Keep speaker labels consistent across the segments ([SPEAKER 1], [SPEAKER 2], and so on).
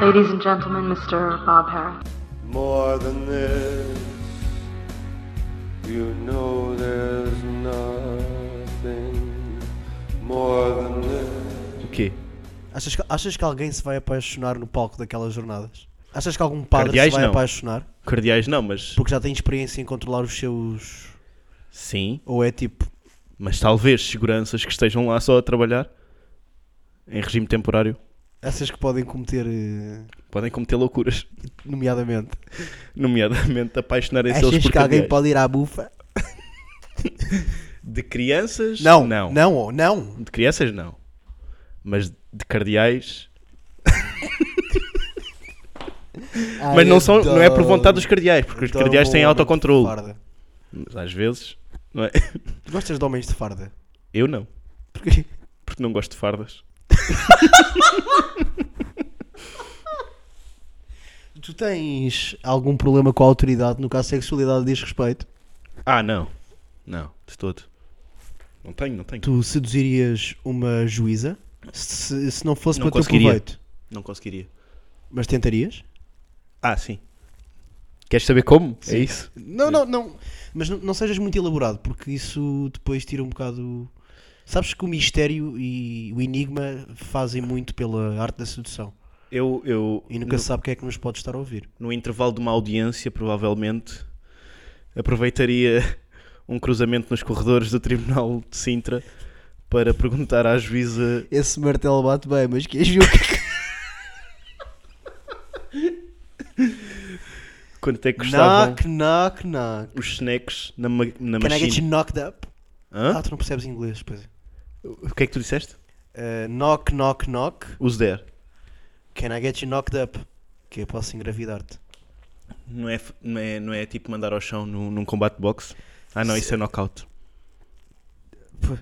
[SPEAKER 1] Ladies and gentlemen, Mr. Bob Harris.
[SPEAKER 2] More than this, you know there's nothing more than this.
[SPEAKER 3] O quê?
[SPEAKER 4] Achas que, achas que alguém se vai apaixonar no palco daquelas jornadas? Achas que algum padre
[SPEAKER 3] Cardeais,
[SPEAKER 4] se vai
[SPEAKER 3] não.
[SPEAKER 4] apaixonar?
[SPEAKER 3] Cardeais não, mas.
[SPEAKER 4] Porque já tem experiência em controlar os seus.
[SPEAKER 3] Sim,
[SPEAKER 4] Ou é tipo.
[SPEAKER 3] mas talvez seguranças que estejam lá só a trabalhar em regime temporário
[SPEAKER 4] Essas que podem cometer, eh,
[SPEAKER 3] podem cometer loucuras,
[SPEAKER 4] nomeadamente.
[SPEAKER 3] nomeadamente apaixonarem-se eles
[SPEAKER 4] Achas
[SPEAKER 3] por
[SPEAKER 4] que alguém
[SPEAKER 3] cardeais.
[SPEAKER 4] pode ir à bufa?
[SPEAKER 3] De crianças?
[SPEAKER 4] Não,
[SPEAKER 3] não.
[SPEAKER 4] não, não. não.
[SPEAKER 3] De crianças, não. Mas de cardeais. mas não, são, não é por vontade dos cardeais, porque os
[SPEAKER 4] Adoro
[SPEAKER 3] cardeais têm
[SPEAKER 4] um homem de
[SPEAKER 3] autocontrole.
[SPEAKER 4] farda.
[SPEAKER 3] Mas às vezes, não é?
[SPEAKER 4] Tu gostas de homens de farda?
[SPEAKER 3] Eu não,
[SPEAKER 4] Porque
[SPEAKER 3] porque não gosto de fardas.
[SPEAKER 4] tu tens algum problema com a autoridade no que a sexualidade diz respeito?
[SPEAKER 3] Ah, não. Não, de todo. Não tenho, não tenho.
[SPEAKER 4] Tu seduzirias uma juíza? Se, se não fosse
[SPEAKER 3] Não
[SPEAKER 4] para o teu
[SPEAKER 3] conseguiria.
[SPEAKER 4] proveito,
[SPEAKER 3] Não conseguiria.
[SPEAKER 4] mas tentarias?
[SPEAKER 3] Ah, sim. Queres saber como? É isso?
[SPEAKER 4] Não, não, não. Mas não, não sejas muito elaborado, porque isso depois tira um bocado. Sabes que o mistério e o enigma fazem muito pela arte da sedução.
[SPEAKER 3] Eu, eu
[SPEAKER 4] E nunca
[SPEAKER 3] no,
[SPEAKER 4] se sabe quem é que nos pode estar a ouvir.
[SPEAKER 3] no intervalo de uma audiência, provavelmente, aproveitaria um cruzamento nos corredores do Tribunal de Sintra para perguntar à juíza
[SPEAKER 4] Esse martelo bate bem, mas queres ver o que
[SPEAKER 3] quanto é que custavam
[SPEAKER 4] Knock, knock, knock.
[SPEAKER 3] os snacks na, ma na
[SPEAKER 4] Can I get you
[SPEAKER 3] machine.
[SPEAKER 4] knocked up?
[SPEAKER 3] Hã?
[SPEAKER 4] Ah, tu não percebes inglês, pois é.
[SPEAKER 3] O que é que tu disseste?
[SPEAKER 4] Eh, knock, knock, knock.
[SPEAKER 3] Os there.
[SPEAKER 4] Can I get you knocked up? Que eu posso engravidar-te.
[SPEAKER 3] Não é, f- não, é, não é tipo mandar ao chão num, num combate de boxe? Ah não, isso é knockout.
[SPEAKER 4] Pô.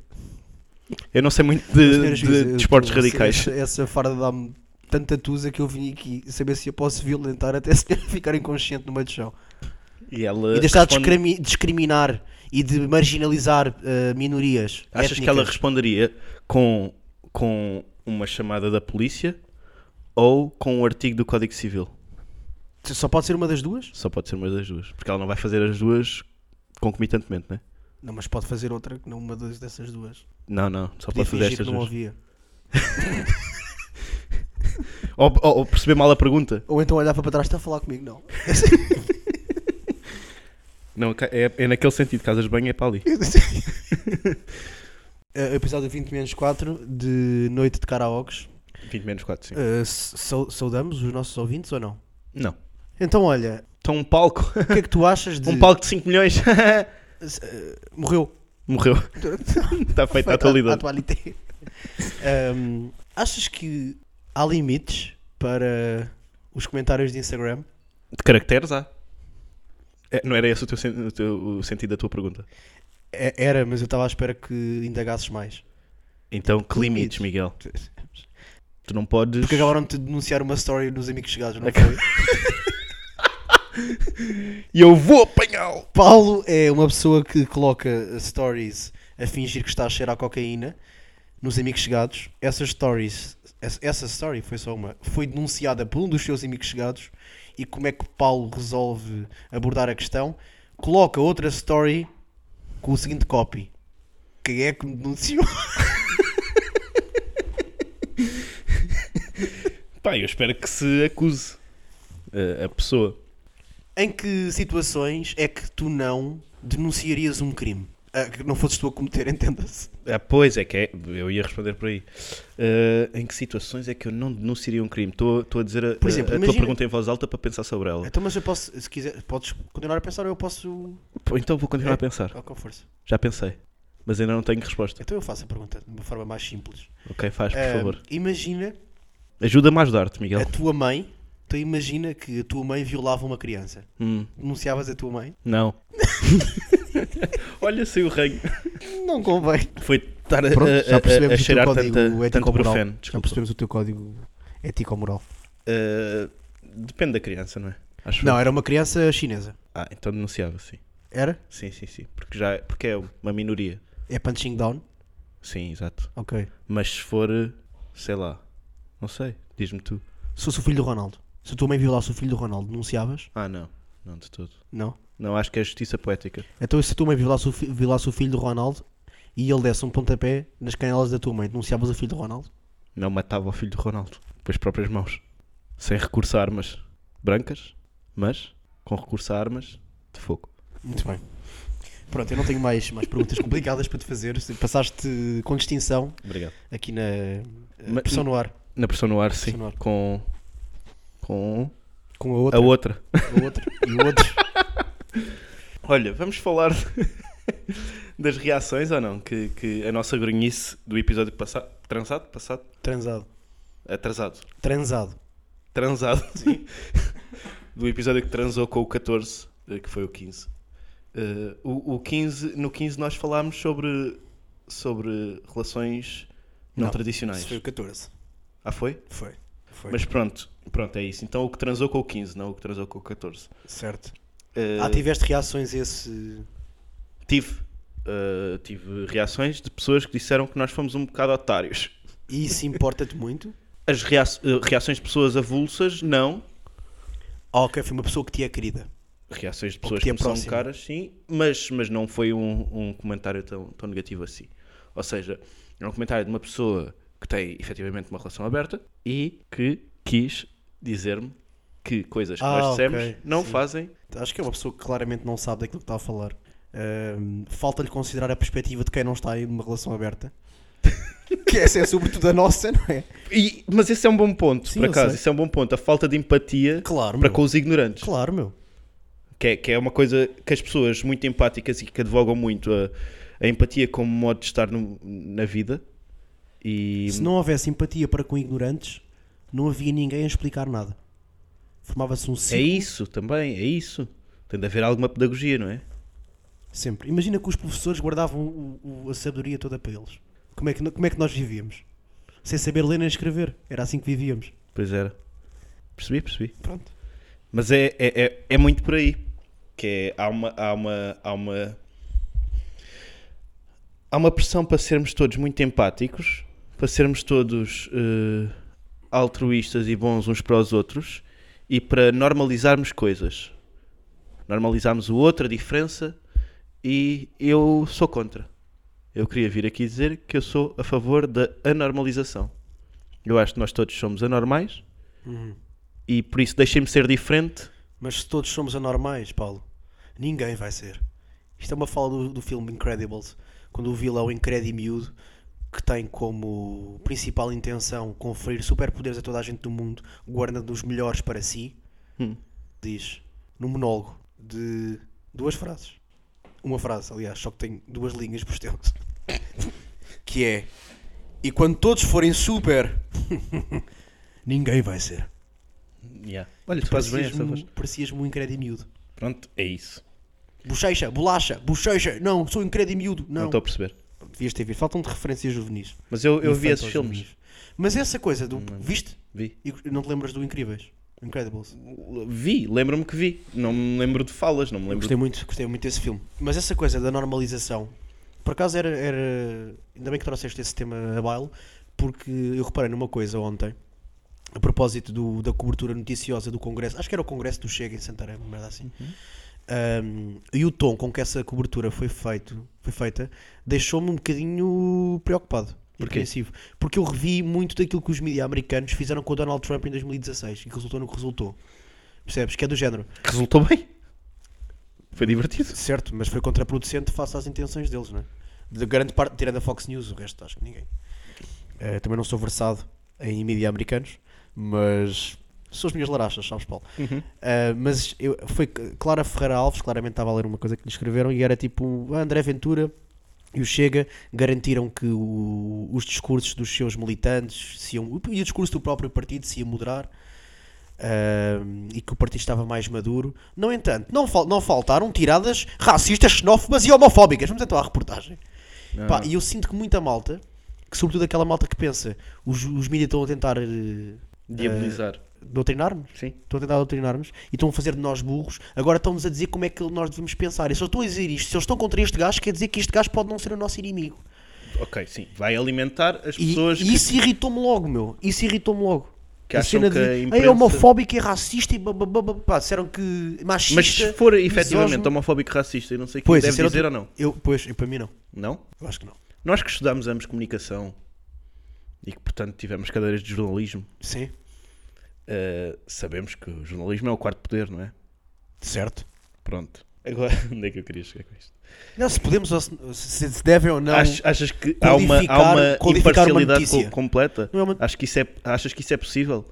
[SPEAKER 3] Eu não sei muito de,
[SPEAKER 4] Senhoras e senhores,
[SPEAKER 3] de, de
[SPEAKER 4] eu-
[SPEAKER 3] esportes
[SPEAKER 4] eu-
[SPEAKER 3] radicais.
[SPEAKER 4] Essa, essa farda dá-me tanta tusa que eu vim aqui saber se eu posso violentar até se ficar inconsciente no meio do chão.
[SPEAKER 3] E ela
[SPEAKER 4] E deixar de
[SPEAKER 3] Eh, responde-
[SPEAKER 4] discrimi- discriminar e de marginalizar eh, minorias.
[SPEAKER 3] Achas que ela
[SPEAKER 4] étnicas.
[SPEAKER 3] responderia com, com uma chamada da polícia ou com um artigo do Código Civil?
[SPEAKER 4] Só pode ser uma das duas?
[SPEAKER 3] Só pode ser uma das duas, porque ela não vai fazer as duas concomitantemente, né?
[SPEAKER 4] Não, mas pode fazer outra que não uma das- dessas duas.
[SPEAKER 3] Não, não, só
[SPEAKER 4] Podia
[SPEAKER 3] pode fazer
[SPEAKER 4] fingir que
[SPEAKER 3] estas
[SPEAKER 4] não
[SPEAKER 3] duas.
[SPEAKER 4] ouvia.
[SPEAKER 3] Ou, ou- ou perceber mal a pergunta.
[SPEAKER 4] Ou então olhava para trás e está a falar comigo, não.
[SPEAKER 3] Não, é, é naquele sentido, casas de banho é para ali.
[SPEAKER 4] Eh, episódio 20 menos 4 de Noite de Karaokes.
[SPEAKER 3] 20 menos 4, sim.
[SPEAKER 4] Eh, sau- saudamos os nossos ouvintes ou não?
[SPEAKER 3] Não.
[SPEAKER 4] Então olha,
[SPEAKER 3] Então um palco,
[SPEAKER 4] o que é que tu achas de...
[SPEAKER 3] um palco de 5 milhões.
[SPEAKER 4] Morreu.
[SPEAKER 3] Morreu. Está feita a
[SPEAKER 4] a
[SPEAKER 3] atualidade.
[SPEAKER 4] atualité. Hum, achas que há limites para os comentários de Instagram?
[SPEAKER 3] De caracteres há. É, não era esse o, teu, sen- o teu- o sentido da tua pergunta.
[SPEAKER 4] É- era, mas eu estava à espera que indagasses mais.
[SPEAKER 3] Então, que limites,
[SPEAKER 4] Limites.
[SPEAKER 3] Miguel? Tu não podes.
[SPEAKER 4] Porque acabaram de denunciar uma story nos amigos chegados, não foi?
[SPEAKER 3] E eu vou apanhá-lo!
[SPEAKER 4] Paulo é uma pessoa que coloca stories a fingir que está a cheirar a cocaína nos amigos chegados. Essas stories, essa- essa story foi só uma, foi denunciada por um dos seus amigos chegados. E como é que Paulo resolve abordar a questão? Coloca outra story com o seguinte copy: Quem é que me denunciou?
[SPEAKER 3] Pá, eu espero que se acuse eh, a, pessoa.
[SPEAKER 4] Em que situações é que tu não denunciarias um crime? Ah, que não fosses tu a cometer, entenda-se.
[SPEAKER 3] Ah, pois é que é, eu ia responder por aí. Eh, em que situações é que eu não denunciaria um crime? Estou estou a dizer a,
[SPEAKER 4] Por exemplo,
[SPEAKER 3] a- a tua
[SPEAKER 4] imagina-
[SPEAKER 3] pergunta em voz alta para pensar sobre ela.
[SPEAKER 4] Então, mas eu posso, se quiser, podes continuar a pensar ou eu posso.
[SPEAKER 3] Pô, Então vou continuar
[SPEAKER 4] É.
[SPEAKER 3] a pensar.
[SPEAKER 4] Ah, com força.
[SPEAKER 3] Já pensei. Mas ainda não tenho resposta.
[SPEAKER 4] Então eu faço a pergunta de uma forma mais simples.
[SPEAKER 3] Ok, faz, por
[SPEAKER 4] Ah,
[SPEAKER 3] favor.
[SPEAKER 4] Imagina
[SPEAKER 3] Ajuda-me a ajudar-te, Miguel.
[SPEAKER 4] a tua mãe. Então imagina que a tua mãe violava uma criança.
[SPEAKER 3] Hum,
[SPEAKER 4] Denunciavas a tua mãe?
[SPEAKER 3] não. Olha, saiu o ranho.
[SPEAKER 4] Não convém.
[SPEAKER 3] Foi estar a,
[SPEAKER 4] Pronto,
[SPEAKER 3] a-
[SPEAKER 4] já
[SPEAKER 3] a-
[SPEAKER 4] percebemos
[SPEAKER 3] a
[SPEAKER 4] o teu
[SPEAKER 3] cheirar
[SPEAKER 4] código
[SPEAKER 3] tanta, tanto
[SPEAKER 4] ético-moral.
[SPEAKER 3] brufeno.
[SPEAKER 4] Já percebemos o teu código ético-moral.
[SPEAKER 3] Eh, depende da criança, não é? Acho
[SPEAKER 4] Não,
[SPEAKER 3] eu.
[SPEAKER 4] era uma criança chinesa.
[SPEAKER 3] Ah, então denunciava, sim.
[SPEAKER 4] Era?
[SPEAKER 3] Sim, sim, sim. Porque, já, porque é uma minoria.
[SPEAKER 4] É punching down?
[SPEAKER 3] Sim, exato.
[SPEAKER 4] Ok.
[SPEAKER 3] Mas se for, eh, sei lá, não sei, diz-me tu.
[SPEAKER 4] Se fosse o filho do Ronaldo. Se a tua mãe violasse o filho do Ronaldo, denunciavas?
[SPEAKER 3] Ah, não. Não de todo.
[SPEAKER 4] Não.
[SPEAKER 3] Não, acho que é justiça poética.
[SPEAKER 4] Então se a tua mãe violasse o, fi- violasse o filho do Ronaldo e ele desse um pontapé nas canelas da tua mãe, denunciavas o filho do Ronaldo?
[SPEAKER 3] Não matava o filho do Ronaldo. Com as próprias mãos. Sem recurso a armas brancas, mas com recurso a armas de fogo.
[SPEAKER 4] Muito bem. Pronto, eu não tenho mais, mais perguntas complicadas para te fazer. Se Passaste com distinção
[SPEAKER 3] Obrigado.
[SPEAKER 4] aqui na eh,
[SPEAKER 3] Mas-
[SPEAKER 4] pressão no ar
[SPEAKER 3] Na pressão no ar, sim.
[SPEAKER 4] Pressão no ar.
[SPEAKER 3] Com. Com
[SPEAKER 4] com a outra,
[SPEAKER 3] a outra.
[SPEAKER 4] a outra e o outro.
[SPEAKER 3] Olha, vamos falar das reações ou não? Que, que a nossa grunhice do episódio passado. Transado? Passado?
[SPEAKER 4] Transado.
[SPEAKER 3] Atrasado.
[SPEAKER 4] Transado.
[SPEAKER 3] transado do episódio que transou com o 14, eh, que foi o 15. Eh, o, o 15. No 15 nós falámos sobre, sobre relações não,
[SPEAKER 4] Não,
[SPEAKER 3] tradicionais.
[SPEAKER 4] Isso foi o 14.
[SPEAKER 3] Ah, foi?
[SPEAKER 4] Foi. Foi.
[SPEAKER 3] Mas pronto, pronto, é isso. Então o que transou com o 15, não o que transou com o 14.
[SPEAKER 4] Certo.
[SPEAKER 3] Eh,
[SPEAKER 4] Ah, tiveste reações a esse.
[SPEAKER 3] tive. eh, tive reações de pessoas que disseram que nós fomos um bocado otários.
[SPEAKER 4] E isso importa-te muito?
[SPEAKER 3] As rea- eh, reações de pessoas avulsas, não.
[SPEAKER 4] Ah, ok, foi uma pessoa que te é querida.
[SPEAKER 3] reações de
[SPEAKER 4] Ou
[SPEAKER 3] pessoas
[SPEAKER 4] que te
[SPEAKER 3] que me são
[SPEAKER 4] aproxima.
[SPEAKER 3] caras, sim, mas, mas não foi um, um comentário tão, tão negativo assim. Ou seja, é um comentário de uma pessoa que tem efetivamente uma relação aberta e que quis dizer-me que coisas que
[SPEAKER 4] Ah,
[SPEAKER 3] nós dissemos
[SPEAKER 4] ok,
[SPEAKER 3] não
[SPEAKER 4] sim.
[SPEAKER 3] fazem.
[SPEAKER 4] Acho que é uma pessoa que claramente não sabe daquilo que está a falar. Ahm, Falta-lhe considerar a perspectiva de quem não está em uma relação aberta. que essa é sobretudo a nossa, não é?
[SPEAKER 3] E- mas esse é um bom ponto,
[SPEAKER 4] Sim,
[SPEAKER 3] por
[SPEAKER 4] eu
[SPEAKER 3] acaso.
[SPEAKER 4] sei.
[SPEAKER 3] Isso é um bom ponto. A falta de empatia
[SPEAKER 4] Claro,
[SPEAKER 3] para
[SPEAKER 4] meu.
[SPEAKER 3] com os ignorantes.
[SPEAKER 4] Claro, meu.
[SPEAKER 3] Que é, que é uma coisa que as pessoas muito empáticas e que advogam muito a, a empatia como modo de estar no- na vida. E
[SPEAKER 4] Se não houvesse empatia para com ignorantes, não havia ninguém a explicar nada. Formava-se um
[SPEAKER 3] É
[SPEAKER 4] ciclo
[SPEAKER 3] isso também, é isso. Tem de haver alguma pedagogia, não é?
[SPEAKER 4] sempre. Imagina que os professores guardavam o- o- a sabedoria toda para eles. Como é, que, como é que nós vivíamos? Sem saber ler nem escrever. Era assim que vivíamos.
[SPEAKER 3] Pois era. Percebi, percebi.
[SPEAKER 4] Pronto.
[SPEAKER 3] Mas é, é, é, é muito por aí. Que é, há uma. Há uma, há uma Há uma pressão para sermos todos muito empáticos, para sermos todos eh, altruístas e bons uns para os outros e para normalizarmos coisas. Normalizarmos o outro, a diferença, e eu sou contra. Eu queria vir aqui dizer que eu sou a favor da anormalização. Eu acho que nós todos somos anormais e por isso deixem-me ser diferente.
[SPEAKER 4] Mas se todos somos anormais, Paulo, ninguém vai ser. Isto é uma fala do, do filme Incredibles, quando o vilão Incredimiúdo, que tem como principal intenção conferir superpoderes a toda a gente do mundo, guardando os melhores para si,
[SPEAKER 3] Hum.
[SPEAKER 4] diz, num monólogo de duas frases. Uma frase, aliás, só que tem duas linhas por extenso. Que é: E quando todos forem super, ninguém vai ser.
[SPEAKER 3] Olha, tu fazes bem essa
[SPEAKER 4] Parecias-me-
[SPEAKER 3] voz.
[SPEAKER 4] Parecias-me um Incredimiúdo.
[SPEAKER 3] Pronto, é isso.
[SPEAKER 4] Bochecha, bolacha, bochecha, não, sou
[SPEAKER 3] Não
[SPEAKER 4] incrédulo Não,
[SPEAKER 3] estou a perceber.
[SPEAKER 4] devias ter visto. Faltam de referências juvenis.
[SPEAKER 3] Mas eu, eu vi
[SPEAKER 4] Infantos
[SPEAKER 3] esses filmes.
[SPEAKER 4] juvenis. Mas essa coisa do. Viste?
[SPEAKER 3] Vi.
[SPEAKER 4] E não te lembras do Incríveis? Incredibles.
[SPEAKER 3] Vi, lembro-me que vi. Não me lembro de falas, não me lembro.
[SPEAKER 4] Gostei muito, gostei muito desse filme. Mas essa coisa da normalização, por acaso era, era. Ainda bem que trouxeste esse tema a baile, porque eu reparei numa coisa ontem, a propósito do- da cobertura noticiosa do Congresso, acho que era o Congresso do Chega em Santarém, uma merda assim.
[SPEAKER 3] Uhum.
[SPEAKER 4] Um, e o tom com que essa cobertura foi, feito, foi feita deixou-me um bocadinho preocupado. e
[SPEAKER 3] Porquê?
[SPEAKER 4] apreensivo. Porque eu revi muito daquilo que os mídias americanos fizeram com o Donald Trump em 2016 e que resultou no que resultou. Percebes? Que é do género.
[SPEAKER 3] Que resultou bem. Foi divertido.
[SPEAKER 4] Certo, mas foi contraproducente face às intenções deles, não é? De grande parte, tirando a Fox News, o resto acho que ninguém. Eh, também não sou versado em mídia americanos, mas são as minhas larachas, sabes, Paulo?
[SPEAKER 3] Uhum.
[SPEAKER 4] Eh, mas eu, foi c- Clara Ferreira Alves, claramente estava a ler uma coisa que lhe escreveram e era tipo "Ah, André Ventura e o Chega garantiram que o- os discursos dos seus militantes se iam, e o discurso do próprio partido se ia moderar ahm, e que o partido estava mais maduro. No entanto, não, fal- não faltaram tiradas racistas, xenófobas e homofóbicas. Vamos então à reportagem.
[SPEAKER 3] Ah.
[SPEAKER 4] Pá, e eu sinto que muita malta, que sobretudo aquela malta que pensa, os, os mídias estão a tentar eh,
[SPEAKER 3] Diabolizar.
[SPEAKER 4] doutrinar-me
[SPEAKER 3] Sim.
[SPEAKER 4] estão a tentar doutrinar-nos e estão a fazer de nós burros, agora estão-nos a dizer como é que nós devemos pensar. E se eles estão a dizer isto, se eles estão contra este gajo, quer dizer que este gajo pode não ser o nosso inimigo.
[SPEAKER 3] Ok, sim. Vai alimentar as
[SPEAKER 4] E,
[SPEAKER 3] pessoas
[SPEAKER 4] e isso irritou-me logo, meu. Isso irritou-me logo.
[SPEAKER 3] que, que
[SPEAKER 4] a
[SPEAKER 3] acham
[SPEAKER 4] cena
[SPEAKER 3] que
[SPEAKER 4] de
[SPEAKER 3] a
[SPEAKER 4] "Ei, é
[SPEAKER 3] imprensa-
[SPEAKER 4] homofóbico e racista e babababa, pá, disseram que machista.
[SPEAKER 3] Mas se for efetivamente
[SPEAKER 4] misógino.
[SPEAKER 3] homofóbico racista, eu não sei o que
[SPEAKER 4] Pois,
[SPEAKER 3] deve
[SPEAKER 4] isso
[SPEAKER 3] dizer
[SPEAKER 4] era
[SPEAKER 3] ou
[SPEAKER 4] outro-
[SPEAKER 3] não.
[SPEAKER 4] Eu, pois, eu, para mim não.
[SPEAKER 3] Não?
[SPEAKER 4] Eu acho que não.
[SPEAKER 3] Nós que estudámos ambos comunicação e que, portanto, tivemos cadeiras de jornalismo,
[SPEAKER 4] Sim,
[SPEAKER 3] eh, sabemos que o jornalismo é o quarto poder, não é?
[SPEAKER 4] certo.
[SPEAKER 3] Pronto. Agora, onde é que eu queria chegar com isto?
[SPEAKER 4] Não, se podemos ou se, se- se devem ou não.
[SPEAKER 3] Ach- achas que há uma, há
[SPEAKER 4] qualificar-
[SPEAKER 3] uma
[SPEAKER 4] qualificar uma
[SPEAKER 3] imparcialidade co-
[SPEAKER 4] notícia.
[SPEAKER 3] completa?
[SPEAKER 4] Não é uma-
[SPEAKER 3] Acho que isso é, achas que isso é possível?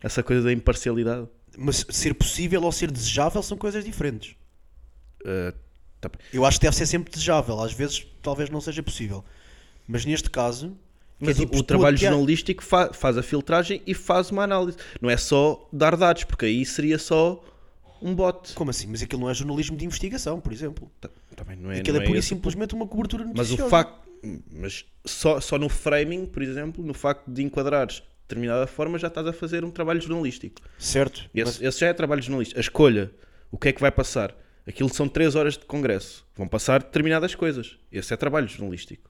[SPEAKER 3] Essa coisa da imparcialidade?
[SPEAKER 4] Mas ser possível ou ser desejável são coisas diferentes.
[SPEAKER 3] Eh, tá bem.
[SPEAKER 4] Eu acho que deve ser sempre desejável. Às vezes, talvez não seja possível. Mas neste caso. que é
[SPEAKER 3] Mas o-
[SPEAKER 4] tipo,
[SPEAKER 3] o
[SPEAKER 4] tu
[SPEAKER 3] trabalho
[SPEAKER 4] até-
[SPEAKER 3] jornalístico fa- faz a filtragem e faz uma análise. Não é só dar dados, porque aí seria só um bot.
[SPEAKER 4] Como assim? Mas aquilo não é jornalismo de investigação, por exemplo.
[SPEAKER 3] Tá- Também não é,
[SPEAKER 4] aquilo
[SPEAKER 3] não
[SPEAKER 4] é
[SPEAKER 3] é
[SPEAKER 4] pura e
[SPEAKER 3] esse.
[SPEAKER 4] simplesmente uma cobertura
[SPEAKER 3] Mas
[SPEAKER 4] noticiosa.
[SPEAKER 3] o facto. Mas só, só no framing, por exemplo, no facto de enquadrares de determinada forma, já estás a fazer um trabalho jornalístico.
[SPEAKER 4] Certo.
[SPEAKER 3] Esse,
[SPEAKER 4] mas-
[SPEAKER 3] esse já é trabalho jornalístico. A escolha, o que é que vai passar? Aquilo são três horas de congresso. Vão passar determinadas coisas. Esse é trabalho jornalístico.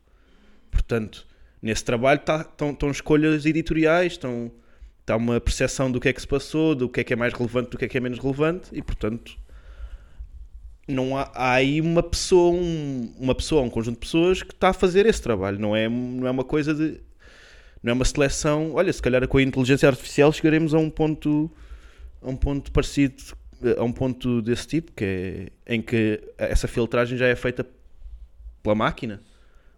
[SPEAKER 3] Portanto, nesse trabalho estão escolhas editoriais, estão tá uma percepção do que é que se passou, do que é que é mais relevante, do que é que é menos relevante e, portanto, não há, há aí uma pessoa, um, uma pessoa, um conjunto de pessoas que está a fazer esse trabalho. Não é, não é uma coisa de... Não é uma seleção... Olha, se calhar com a inteligência artificial chegaremos a um ponto a um ponto parecido, a um ponto desse tipo, que é, em que essa filtragem já é feita pela máquina.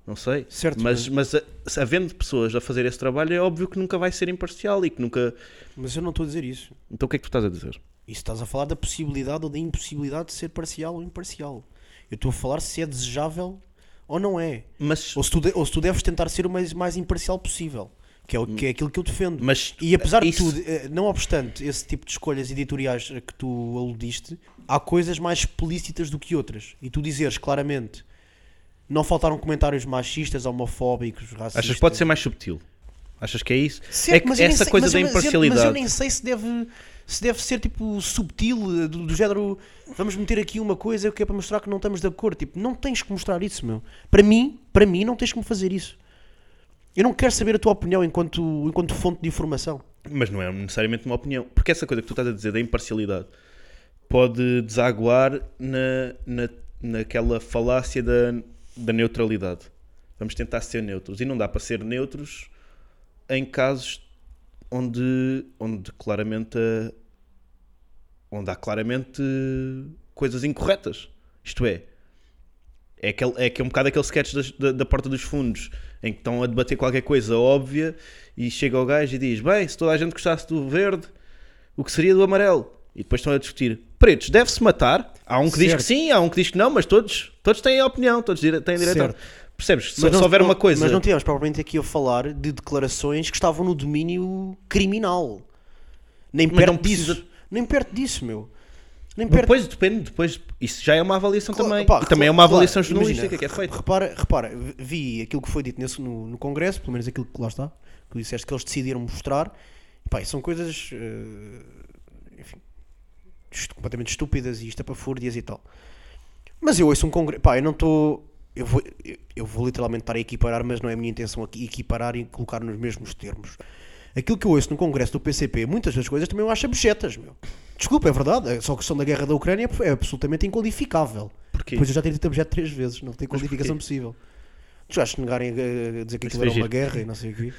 [SPEAKER 3] Não sei.
[SPEAKER 4] Certo,
[SPEAKER 3] mas mas a- se havendo pessoas a fazer esse trabalho, é óbvio que nunca vai ser imparcial e que nunca.
[SPEAKER 4] Mas eu não estou a dizer isso.
[SPEAKER 3] Então o que é que tu estás a dizer?
[SPEAKER 4] Isso estás a falar da possibilidade ou da impossibilidade de ser parcial ou imparcial. Eu estou a falar se é desejável ou não é.
[SPEAKER 3] Mas,
[SPEAKER 4] Ou se tu, de- ou se tu deves tentar ser o mais, mais imparcial possível. Que é, o- que é aquilo que eu defendo.
[SPEAKER 3] Hum. mas
[SPEAKER 4] E apesar de
[SPEAKER 3] isso-
[SPEAKER 4] tudo, eh, não obstante esse tipo de escolhas editoriais a que tu aludiste, há coisas mais explícitas do que outras. E tu dizeres claramente, não faltaram comentários machistas, homofóbicos, racistas.
[SPEAKER 3] Achas que pode ser mais subtil? Achas que é isso?
[SPEAKER 4] é Certo,
[SPEAKER 3] é que
[SPEAKER 4] mas eu nem
[SPEAKER 3] essa
[SPEAKER 4] sei-
[SPEAKER 3] coisa
[SPEAKER 4] mas
[SPEAKER 3] da
[SPEAKER 4] eu- mas eu-
[SPEAKER 3] imparcialidade.
[SPEAKER 4] Mas eu nem sei se deve, se deve ser tipo subtil, do, do género vamos meter aqui uma coisa que é para mostrar que não estamos de acordo. Tipo, não tens que mostrar isso, meu. Para mim, para mim, não tens que me fazer isso. Eu não quero saber a tua opinião enquanto, enquanto fonte de informação.
[SPEAKER 3] Mas não é necessariamente uma opinião. Porque essa coisa que tu estás a dizer da imparcialidade pode desaguar na, na, naquela falácia da, da neutralidade. Vamos tentar ser neutros. E não dá para ser neutros em casos onde, onde claramente a- onde há claramente eh, coisas incorretas. Isto é, é, aquele, é que é um bocado aquele sketch das- da, da porta dos fundos em que estão a debater qualquer coisa óbvia e chega o gajo e diz: Bem, se toda a gente gostasse do verde, o que seria do amarelo? E depois estão a discutir: Pretos, deve-se matar? Há um que diz
[SPEAKER 4] Certo.
[SPEAKER 3] que sim, há um que diz que não, mas todos, todos têm a opinião, todos dire- têm direito. a-
[SPEAKER 4] Certo.
[SPEAKER 3] Percebes? Se,
[SPEAKER 4] Mas
[SPEAKER 3] se
[SPEAKER 4] não-
[SPEAKER 3] houver
[SPEAKER 4] não-
[SPEAKER 3] uma coisa.
[SPEAKER 4] Mas não tivemos propriamente aqui a falar de declarações que estavam no domínio criminal. Nem
[SPEAKER 3] Mas
[SPEAKER 4] perto
[SPEAKER 3] não precisa-
[SPEAKER 4] disso. Nem perto disso, meu. Nem
[SPEAKER 3] Mas
[SPEAKER 4] perto
[SPEAKER 3] Depois depende, depois isso já é uma avaliação
[SPEAKER 4] Claro,
[SPEAKER 3] também.
[SPEAKER 4] pá,
[SPEAKER 3] e também é uma
[SPEAKER 4] claro,
[SPEAKER 3] avaliação
[SPEAKER 4] imagina,
[SPEAKER 3] jornalística que é feita.
[SPEAKER 4] Repara, repara, vi aquilo que foi dito nesse, no, no Congresso, pelo menos aquilo que lá está, que disseste que eles decidiram mostrar. Pá, e são coisas eh, enfim, est- completamente estúpidas e estapafúrdias e tal. Mas eu ouço um Congresso. Pá, eu não estou. Eu vou, eu- eu vou literalmente estar a equiparar, mas não é a minha intenção aqui equiparar e colocar nos mesmos termos. Aquilo que eu ouço no Congresso do PCP, muitas das coisas também eu acho abjetas, meu. Desculpa, é verdade. Só a questão da guerra da Ucrânia é absolutamente inqualificável.
[SPEAKER 3] Porquê?
[SPEAKER 4] Depois eu já tenho dito objeto três vezes, não tem qualificação
[SPEAKER 3] porquê?
[SPEAKER 4] possível. Os gajos se negarem a- a dizer que
[SPEAKER 3] Mas
[SPEAKER 4] aquilo era
[SPEAKER 3] foi
[SPEAKER 4] uma
[SPEAKER 3] giro.
[SPEAKER 4] guerra e não sei o quê.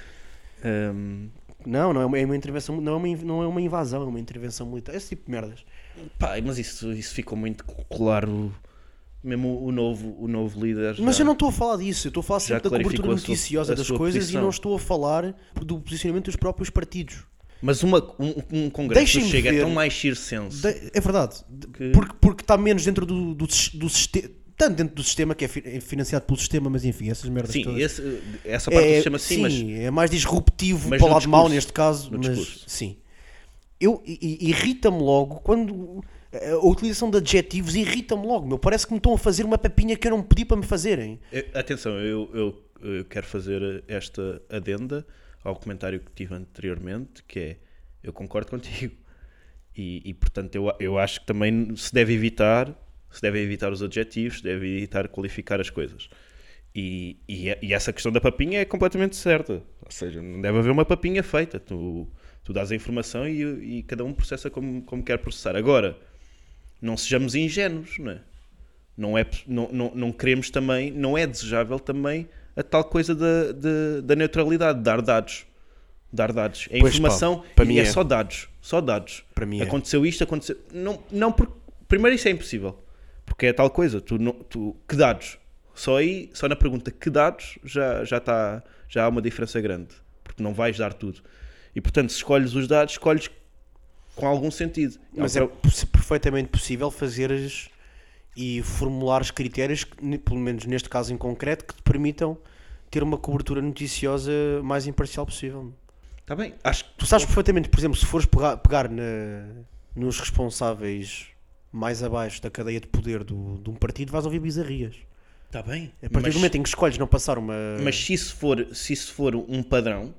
[SPEAKER 3] Hum,
[SPEAKER 4] Não, não é uma, é uma intervenção, não é uma, in- não é uma invasão, é uma intervenção militar. Esse tipo de merdas.
[SPEAKER 3] pá, mas isso, isso ficou muito claro. Mesmo o novo, o novo líder.
[SPEAKER 4] Mas
[SPEAKER 3] já-
[SPEAKER 4] eu não estou a falar disso, eu estou a falar sempre da
[SPEAKER 3] clarificou
[SPEAKER 4] cobertura
[SPEAKER 3] a sua-
[SPEAKER 4] noticiosa
[SPEAKER 3] a
[SPEAKER 4] das
[SPEAKER 3] sua
[SPEAKER 4] coisas e
[SPEAKER 3] posição.
[SPEAKER 4] não estou a falar do posicionamento dos próprios partidos.
[SPEAKER 3] Mas uma, um, um congresso
[SPEAKER 4] Deixem-me
[SPEAKER 3] chega
[SPEAKER 4] ver.
[SPEAKER 3] é tão mais circense.
[SPEAKER 4] De- é verdade. De-
[SPEAKER 3] Que-
[SPEAKER 4] Porque, porque está menos dentro do, do, sistema. Tanto dentro do sistema que é fi- é financiado pelo sistema, mas enfim, essas merdas
[SPEAKER 3] Sim,
[SPEAKER 4] todas.
[SPEAKER 3] esse- essa parte
[SPEAKER 4] é,
[SPEAKER 3] se chama assim, mas
[SPEAKER 4] é mais disruptivo
[SPEAKER 3] mas
[SPEAKER 4] para o
[SPEAKER 3] no
[SPEAKER 4] lado mau
[SPEAKER 3] discurso,
[SPEAKER 4] neste caso,
[SPEAKER 3] no
[SPEAKER 4] mas
[SPEAKER 3] discurso.
[SPEAKER 4] sim. Eu, i- i- irrita-me logo quando a a utilização de adjetivos irrita-me logo, meu. Parece que me estão a fazer uma papinha que eu não pedi para me fazerem.
[SPEAKER 3] Eu- Atenção, eu, eu, eu quero fazer esta adenda ao comentário que tive anteriormente, que é eu concordo contigo. E, e, portanto eu, a- eu acho que também se deve evitar, se deve evitar os adjetivos, se deve evitar qualificar as coisas. E, e, e essa questão da papinha é completamente certa. Ou seja, não deve haver uma papinha feita. Tu Tu dás a informação e, e cada um processa como, como quer processar. Agora, não sejamos ingênuos, não é? Não, é, pos- não, não, não queremos também, não é desejável também a tal coisa da, da, da neutralidade, dar dados. Dar dados. É
[SPEAKER 4] Pois, pá,
[SPEAKER 3] informação
[SPEAKER 4] para
[SPEAKER 3] e
[SPEAKER 4] mim
[SPEAKER 3] é,
[SPEAKER 4] é.
[SPEAKER 3] só dados. Só dados.
[SPEAKER 4] Para mim é.
[SPEAKER 3] aconteceu isto, aconteceu. Não, não porque. Primeiro, isso é impossível. Porque é tal coisa. Tu, não, tu, que dados? Só aí, só na pergunta que dados, já, já, tá, já há uma diferença grande. Porque não vais dar tudo. E portanto, se escolhes os dados, escolhes com algum sentido.
[SPEAKER 4] Mas é
[SPEAKER 3] Agora,
[SPEAKER 4] possi- perfeitamente possível fazeres e formulares critérios, que, ne- pelo menos neste caso em concreto, que te permitam ter uma cobertura noticiosa mais imparcial possível.
[SPEAKER 3] Tá bem. Acho que
[SPEAKER 4] Tu sabes perfeitamente, por exemplo, se fores pega- pegar, na- nos responsáveis mais abaixo da cadeia de poder do, de um partido, vais ouvir bizarrias.
[SPEAKER 3] Está bem.
[SPEAKER 4] Tá A partir do momento em que escolhes não passar uma.
[SPEAKER 3] Mas se isso for, se isso for um padrão,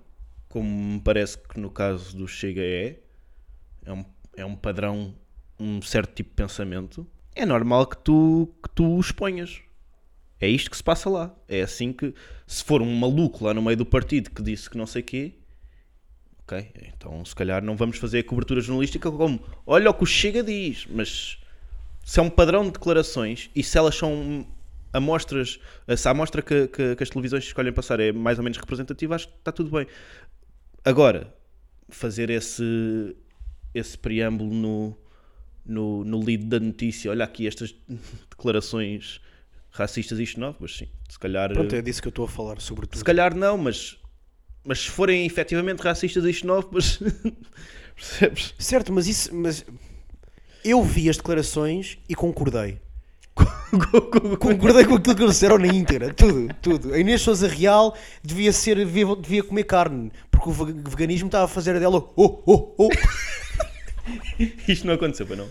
[SPEAKER 3] como me parece que no caso do Chega é, é um, é um padrão, um certo tipo de pensamento, é normal que tu, que tu o exponhas. É isto que se passa lá. É assim que, se for um maluco lá no meio do partido que disse que não sei quê, ok, então se calhar não vamos fazer a cobertura jornalística como, olha o que o Chega diz, mas se é um padrão de declarações e se elas são amostras, se a amostra que, que- que as televisões escolhem passar é mais ou menos representativa, acho que está tudo bem. Agora, fazer esse, esse preâmbulo no, no, no lead da notícia, olha aqui estas declarações racistas e xenófobas, sim, se calhar...
[SPEAKER 4] Pronto, é disso que eu estou a falar, sobretudo.
[SPEAKER 3] Se calhar não, mas, mas se forem efetivamente racistas e xenófobas, percebes?
[SPEAKER 4] Certo, mas isso. Mas eu vi as declarações e concordei. Concordei com aquilo que eles disseram na íntegra, tudo, tudo. A Inês Souza Real devia ser, devia, devia comer carne, porque o veg- veganismo estava a fazer dela oh, oh, oh.
[SPEAKER 3] Isto não aconteceu, pois não?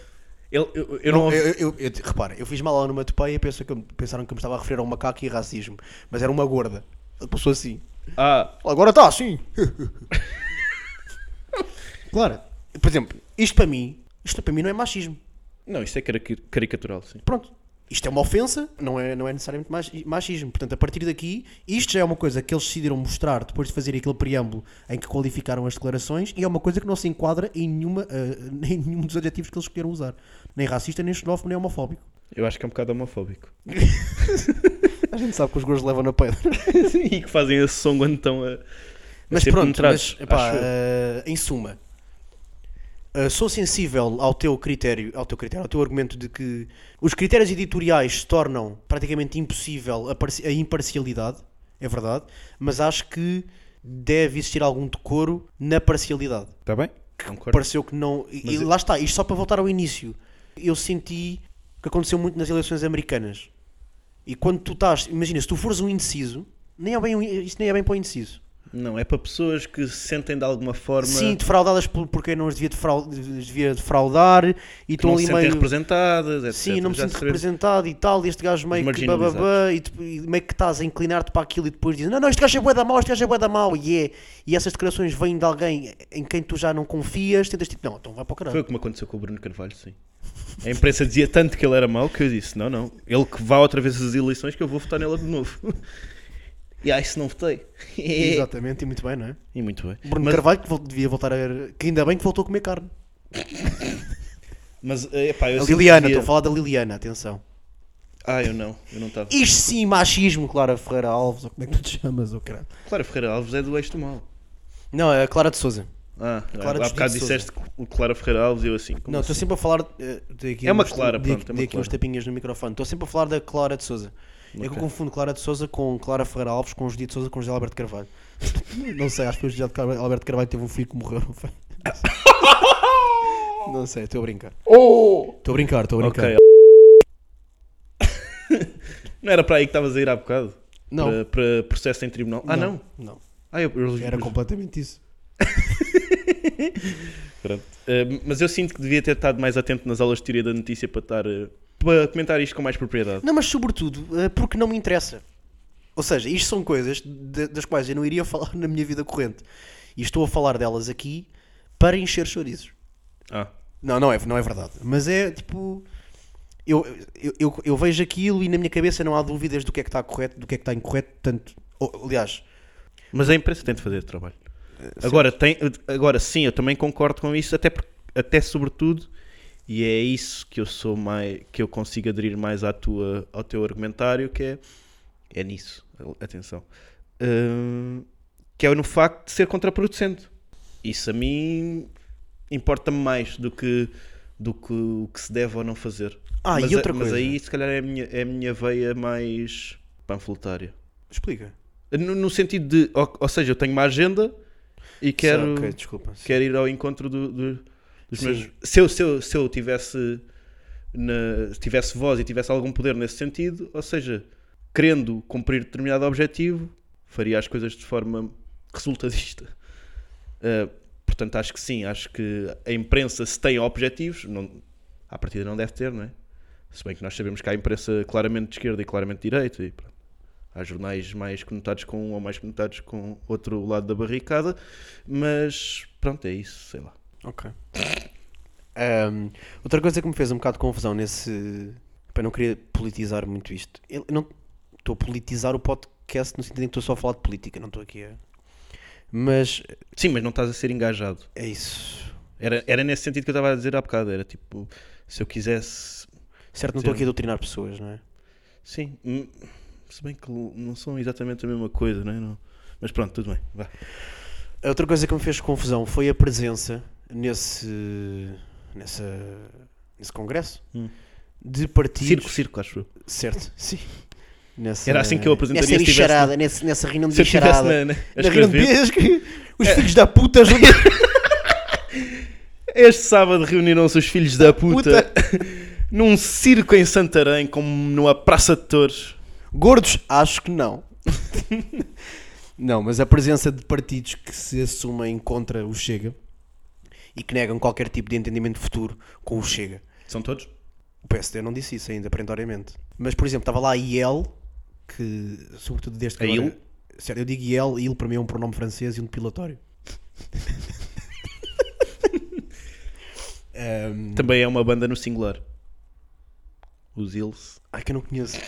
[SPEAKER 3] Ele- eu, eu não,
[SPEAKER 4] Eu, eu, eu- eu- repara, eu fiz mal lá numa topeia e pensou que eu- pensaram que eu me estava a referir a um macaco e racismo, mas era uma gorda. Ele Passou assim.
[SPEAKER 3] Ah,
[SPEAKER 4] Agora está assim. claro, por exemplo, isto para mim, isto para mim não é machismo.
[SPEAKER 3] não, isto é carica- caricatural, sim.
[SPEAKER 4] Pronto. Isto é uma ofensa, não é, não é necessariamente machi- machismo. Portanto, a partir daqui, isto já é uma coisa que eles decidiram mostrar depois de fazer aquele preâmbulo em que qualificaram as declarações e é uma coisa que não se enquadra em, nenhuma, ah, em nenhum dos adjetivos que eles escolheram usar. Nem racista, nem xenófobo, nem homofóbico.
[SPEAKER 3] Eu acho que é um bocado homofóbico.
[SPEAKER 4] A gente sabe que os gores levam na pedra.
[SPEAKER 3] e que fazem esse som quando estão a. a
[SPEAKER 4] Mas
[SPEAKER 3] ser
[SPEAKER 4] pronto,
[SPEAKER 3] penetrados,
[SPEAKER 4] mas, epá,
[SPEAKER 3] acho eu.
[SPEAKER 4] ah, em suma, ah, sou sensível ao teu critério, ao teu critério, ao teu argumento de que os critérios editoriais tornam praticamente impossível a, parci- a imparcialidade, é verdade, mas acho que deve existir algum decoro na parcialidade.
[SPEAKER 3] Está bem? Concordo.
[SPEAKER 4] Pareceu que não. E,
[SPEAKER 3] Mas é-
[SPEAKER 4] e
[SPEAKER 3] eu-
[SPEAKER 4] lá está, isto só para voltar ao início. Eu senti que aconteceu muito nas eleições americanas. E quando tu estás, imagina, se tu fores um indeciso, nem é bem, um- isto nem é bem para o indeciso.
[SPEAKER 3] Não, é para pessoas que se sentem de alguma forma.
[SPEAKER 4] Sim, defraudadas por, por quem não as devia, defraud, as devia defraudar e
[SPEAKER 3] que não se
[SPEAKER 4] estão ali
[SPEAKER 3] sentem
[SPEAKER 4] meio.
[SPEAKER 3] representadas, etc.
[SPEAKER 4] Sim, não me
[SPEAKER 3] Já
[SPEAKER 4] sinto
[SPEAKER 3] sabemos.
[SPEAKER 4] representado e tal, e este gajo meio que
[SPEAKER 3] Marginalizados.
[SPEAKER 4] bababá, e, tu- e meio que estás a inclinar-te para aquilo e depois dizes, não, não, este gajo é bué da mau, este gajo é bué da mau, e é. E essas declarações vêm de alguém em quem tu já não confias, tentas tipo, não, então vai para
[SPEAKER 3] Foi
[SPEAKER 4] o
[SPEAKER 3] o
[SPEAKER 4] caralho.
[SPEAKER 3] que me aconteceu com o Bruno Carvalho, sim. A imprensa dizia tanto que ele era mau que eu disse: não, não, ele que vá outra vez às eleições que eu vou votar nela de novo. E aí, se não votei. E
[SPEAKER 4] Exatamente, e muito bem, não é?
[SPEAKER 3] muito bem.
[SPEAKER 4] Bruno
[SPEAKER 3] mas,
[SPEAKER 4] Carvalho que vol- devia voltar a ver, que ainda bem que voltou a comer carne.
[SPEAKER 3] mas, eh, epá, eu
[SPEAKER 4] A
[SPEAKER 3] sinto que
[SPEAKER 4] Liliana,
[SPEAKER 3] devia-
[SPEAKER 4] estou a falar da Liliana, atenção.
[SPEAKER 3] Ah, eu não, eu não estava.
[SPEAKER 4] Isto sim, machismo, Clara Ferreira Alves, ou como é que tu te chamas, ou caralho.
[SPEAKER 3] Clara Ferreira Alves é do Eixo do Mal.
[SPEAKER 4] Não, é a Clara de Souza.
[SPEAKER 3] Ah,
[SPEAKER 4] Clara
[SPEAKER 3] há
[SPEAKER 4] dos
[SPEAKER 3] bocado
[SPEAKER 4] Dias
[SPEAKER 3] disseste o Clara Ferreira Alves e eu assim. como
[SPEAKER 4] Não, estou
[SPEAKER 3] assim?
[SPEAKER 4] sempre a falar eh, de aqui
[SPEAKER 3] É uma
[SPEAKER 4] uns-
[SPEAKER 3] Clara,
[SPEAKER 4] de,
[SPEAKER 3] pronto, é uma
[SPEAKER 4] de aqui uns
[SPEAKER 3] Clara.
[SPEAKER 4] tapinhas no microfone. Estou sempre a falar da Clara de Souza. É que eu confundo Clara de Souza com Clara Ferreira Alves, com Judite de Souza, com José Alberto Carvalho. Não sei, acho que o José Car- Alberto Carvalho teve um filho que morreu, não foi? Não sei, estou a brincar. Estou a brincar, estou a brincar.
[SPEAKER 3] Oh! Ok. não era para aí que estavas a ir há bocado?
[SPEAKER 4] Não.
[SPEAKER 3] Para, para processo em tribunal? Ah, não?
[SPEAKER 4] Não.
[SPEAKER 3] Ah, eu, eu-
[SPEAKER 4] Era completamente isso.
[SPEAKER 3] Pronto. Eh, mas eu sinto que devia ter estado mais atento nas aulas de teoria da notícia para estar. eh, para comentar isto com mais propriedade.
[SPEAKER 4] Não, mas sobretudo eh, porque não me interessa. Ou seja, isto são coisas de- das quais eu não iria falar na minha vida corrente. E estou a falar delas aqui para encher chorizos.
[SPEAKER 3] Ah,
[SPEAKER 4] Não, não é, não é verdade. Mas é tipo. Eu, eu, eu, eu vejo aquilo e na minha cabeça não há dúvidas do que é que está correto, do que é que está incorreto. Portanto, ou- aliás,
[SPEAKER 3] mas a imprensa tem de fazer o trabalho.
[SPEAKER 4] É,
[SPEAKER 3] Agora, tem, agora sim, eu também concordo com isso, até, por- até sobretudo, e é isso que eu sou mais que eu consigo aderir mais à tua, ao teu argumentário, que é, é nisso, atenção. Hum, que é no facto de ser contraproducente. Isso a mim importa-me mais do que, do que o que se deve ou não fazer.
[SPEAKER 4] Ah, e
[SPEAKER 3] mas,
[SPEAKER 4] outra
[SPEAKER 3] mas
[SPEAKER 4] coisa.
[SPEAKER 3] aí se calhar é a minha, é a minha veia mais panfletária.
[SPEAKER 4] Explica.
[SPEAKER 3] No, no sentido de, ou, ou seja, eu tenho uma agenda e quero,
[SPEAKER 4] Ok, desculpa. sim.
[SPEAKER 3] quero ir ao encontro do- do- dos
[SPEAKER 4] Sim.
[SPEAKER 3] meus. Se eu, se eu, se eu tivesse, na- se tivesse voz e tivesse algum poder nesse sentido, ou seja, querendo cumprir determinado objetivo, faria as coisas de forma resultadista. Uh, portanto, acho que sim, acho que a imprensa, se tem objetivos, não, à partida não deve ter, não é? Se bem que nós sabemos que há imprensa claramente de esquerda e claramente de direita, e pronto. há jornais mais conotados com um ou mais conotados com outro lado da barricada, mas pronto, é isso, sei lá.
[SPEAKER 4] Ok. Ahm, outra coisa que me fez um bocado de confusão nesse. Pá, não queria politizar muito isto. Eu não estou a politizar o podcast no sentido em que estou só a falar de política, não estou aqui a. Mas
[SPEAKER 3] Sim, mas não estás a ser engajado.
[SPEAKER 4] é isso.
[SPEAKER 3] Era, era nesse sentido que eu estava a dizer há bocado, era tipo, se eu quisesse.
[SPEAKER 4] Certo, não
[SPEAKER 3] Sim.
[SPEAKER 4] estou aqui a doutrinar pessoas, não é?
[SPEAKER 3] Sim, hum, se bem que não são exatamente a mesma coisa, não é? Não- Mas pronto, tudo bem, vá.
[SPEAKER 4] A Outra coisa que me fez confusão foi a presença nesse. nessa. nesse congresso
[SPEAKER 3] Hum.
[SPEAKER 4] de partidos.
[SPEAKER 3] Circo, circo, acho eu.
[SPEAKER 4] Certo, sim. Nessa-
[SPEAKER 3] Era assim que eu apresentaria
[SPEAKER 4] nessa
[SPEAKER 3] se tivesse-
[SPEAKER 4] lixarada, nesse- nessa reunião de
[SPEAKER 3] Se eu estivesse
[SPEAKER 4] lixarada.
[SPEAKER 3] na, na, a
[SPEAKER 4] Na grande
[SPEAKER 3] escrever- É.
[SPEAKER 4] vez que os filhos da puta ajudam
[SPEAKER 3] Este sábado reuniram-se os filhos da puta, num circo em Santarém, como numa praça de touros.
[SPEAKER 4] Gordos? Acho que não. não, mas a presença de partidos que se assumem contra o Chega e que negam qualquer tipo de entendimento futuro com o Chega.
[SPEAKER 3] São todos?
[SPEAKER 4] O PSD não disse isso ainda, perentoriamente. Mas, por exemplo, estava lá a IEL, que, sobretudo desde que
[SPEAKER 3] A
[SPEAKER 4] agora-
[SPEAKER 3] IL?
[SPEAKER 4] Sério, eu digo IEL, IL para mim é um pronome francês e um depilatório. Ahm,
[SPEAKER 3] Também é uma banda no singular. Os Ilse.
[SPEAKER 4] Ai, que eu não conheço.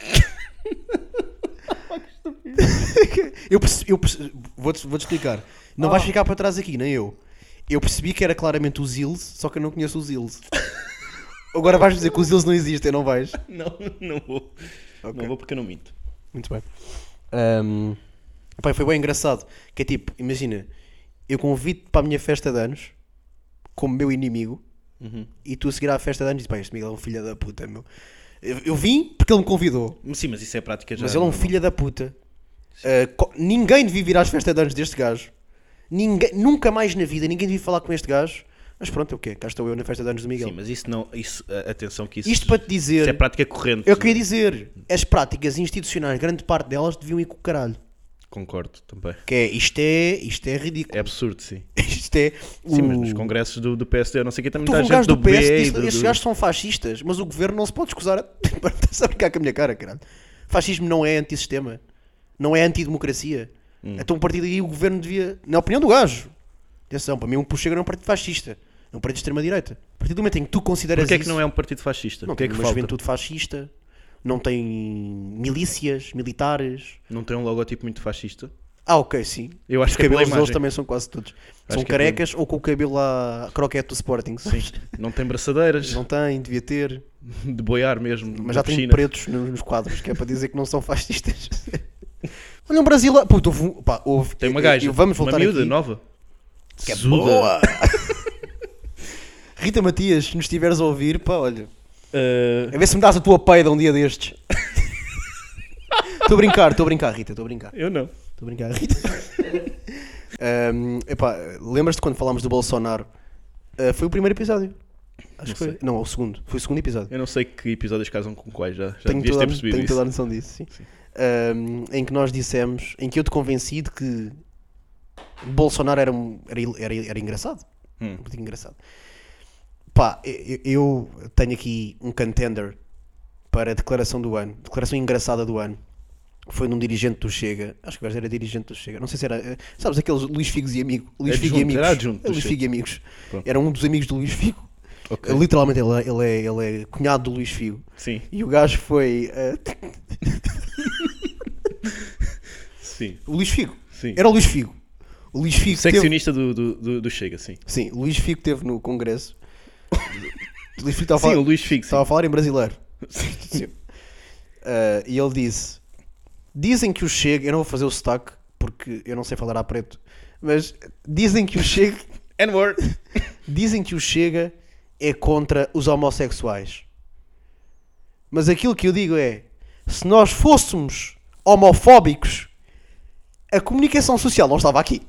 [SPEAKER 4] eu percebi, eu perce- vou-te vou-te explicar. Não vais ficar para trás aqui, nem eu. Eu percebi que era claramente os Ills, só que eu não conheço os Ills. Agora vais dizer que os Ills não existem, não vais?
[SPEAKER 3] Não, não vou. Não vou porque eu não minto.
[SPEAKER 4] Muito bem. Ahm, pá, foi bem engraçado. Que é tipo, imagina, eu convido-te para a minha festa de anos como meu inimigo
[SPEAKER 3] Uhum.
[SPEAKER 4] e tu a seguir à festa de anos dizes: pá, este Miguel é um filho da puta, meu. Eu, eu vim porque ele me convidou,
[SPEAKER 3] Mas Sim, mas isso é prática já.
[SPEAKER 4] mas ele é um
[SPEAKER 3] normal.
[SPEAKER 4] filho da puta. Ah, co- ninguém devia vir às festas de anos deste gajo. Ninguém, nunca mais na vida ninguém devia falar com este gajo. Mas pronto, é o quê? Cá estou eu na festa de anos do Miguel.
[SPEAKER 3] Sim, mas isso não. Isso, a- atenção que isso.
[SPEAKER 4] Isto para te dizer,
[SPEAKER 3] Isso é prática corrente.
[SPEAKER 4] eu queria dizer, as práticas institucionais, grande parte delas deviam ir com o caralho.
[SPEAKER 3] Concordo também.
[SPEAKER 4] Que é, isto é, isto é ridículo.
[SPEAKER 3] É absurdo, sim.
[SPEAKER 4] Isto é.
[SPEAKER 3] Sim, mas
[SPEAKER 4] o-
[SPEAKER 3] nos congressos do, do PSD, eu não sei o que, também
[SPEAKER 4] Tu
[SPEAKER 3] está
[SPEAKER 4] um
[SPEAKER 3] gente
[SPEAKER 4] gajo
[SPEAKER 3] do,
[SPEAKER 4] do PS
[SPEAKER 3] BE e
[SPEAKER 4] diz
[SPEAKER 3] do-
[SPEAKER 4] estes
[SPEAKER 3] do-
[SPEAKER 4] gajos são fascistas, mas o governo não se pode escusar. a- Estás a brincar com a minha cara, caralho. Fascismo não é antissistema, não é antidemocracia.
[SPEAKER 3] Hum.
[SPEAKER 4] Então, a partir daí, o governo devia. Na opinião do gajo, atenção, para mim, um Puxega não é um partido fascista, é um partido de extrema-direita. A partir do momento em que tu consideras
[SPEAKER 3] Porquê é
[SPEAKER 4] isso,
[SPEAKER 3] que não é um partido fascista?
[SPEAKER 4] não
[SPEAKER 3] Porquê é
[SPEAKER 4] tem
[SPEAKER 3] que
[SPEAKER 4] uma
[SPEAKER 3] falta?
[SPEAKER 4] juventude fascista, não tem milícias, militares.
[SPEAKER 3] Não tem um logotipo muito fascista?
[SPEAKER 4] Ah, ok, sim.
[SPEAKER 3] Eu acho
[SPEAKER 4] Os
[SPEAKER 3] que é pela
[SPEAKER 4] cabelos deles
[SPEAKER 3] imagem.
[SPEAKER 4] também são quase todos. são
[SPEAKER 3] que é pela-
[SPEAKER 4] carecas ou com o cabelo à croquete do Sporting.
[SPEAKER 3] Sim. Não tem braçadeiras
[SPEAKER 4] Não tem, devia ter.
[SPEAKER 3] de boiar mesmo. na
[SPEAKER 4] Mas já tem
[SPEAKER 3] piscina.
[SPEAKER 4] pretos no- nos quadros, que é para dizer que não são fascistas. Olha um brasileiro. Puto, houve, um- pá, houve-
[SPEAKER 3] Tem uma
[SPEAKER 4] e-
[SPEAKER 3] gaja.
[SPEAKER 4] e Vamos voltar
[SPEAKER 3] uma miúda
[SPEAKER 4] aqui.
[SPEAKER 3] nova.
[SPEAKER 4] Que é
[SPEAKER 3] Zuda.
[SPEAKER 4] boa. Rita Matias, se nos estiveres a ouvir, pá, olha.
[SPEAKER 3] Uh,
[SPEAKER 4] A ver se me dás a tua peida um dia destes. Estou a brincar, estou a brincar, Rita, estou a brincar.
[SPEAKER 3] eu não.
[SPEAKER 4] Estou a brincar, Rita. Ahm, epá, Lembras-te quando falámos do Bolsonaro? Ah, foi o primeiro episódio. Acho que foi. Não, o segundo. Foi o segundo episódio.
[SPEAKER 3] Eu não sei que episódios casam com quais. Já, já
[SPEAKER 4] tenho
[SPEAKER 3] devias
[SPEAKER 4] toda,
[SPEAKER 3] ter
[SPEAKER 4] a-
[SPEAKER 3] percebido
[SPEAKER 4] tenho
[SPEAKER 3] isso.
[SPEAKER 4] toda a noção disso, sim. Ahm, em que nós dissemos, em que eu te convenci de que Bolsonaro era, um- era, il- era, era engraçado.
[SPEAKER 3] Hum.
[SPEAKER 4] Um bocadinho engraçado. Pá, eu, eu tenho aqui um contender para a declaração do ano, declaração engraçada do ano. Foi num dirigente do Chega, acho que o gajo era dirigente do Chega, não sei se era, eh, sabes, aqueles Luís Figos e amigo, Luís
[SPEAKER 3] Adjunto,
[SPEAKER 4] Figo e amigos, É
[SPEAKER 3] era adjunto do
[SPEAKER 4] Luís
[SPEAKER 3] Chega.
[SPEAKER 4] Figo e amigos,
[SPEAKER 3] Pronto.
[SPEAKER 4] era um dos amigos do Luís Figo,
[SPEAKER 3] Ok.
[SPEAKER 4] literalmente ele é, ele, é, ele é cunhado do Luís Figo,
[SPEAKER 3] Sim,
[SPEAKER 4] e o gajo foi. eh,
[SPEAKER 3] sim,
[SPEAKER 4] o Luís Figo.
[SPEAKER 3] sim.
[SPEAKER 4] Era um o Luís Figo. O Luís Figo teve...
[SPEAKER 3] Seccionista do, do, do- do Chega, sim.
[SPEAKER 4] Sim, o Luís Figo teve no congresso. o Luís Figo estava a
[SPEAKER 3] Sim,
[SPEAKER 4] falar-
[SPEAKER 3] o Luís Figo, sim.
[SPEAKER 4] estava a falar em brasileiro. Sim. Ah, e ele disse: Dizem que o Chega, eu não vou fazer o sotaque porque eu não sei falar a preto, mas dizem que o Chega,
[SPEAKER 3] N-word.
[SPEAKER 4] dizem que o Chega é contra os homossexuais. Mas aquilo que eu digo é: se nós fôssemos homofóbicos, a comunicação social não estava aqui.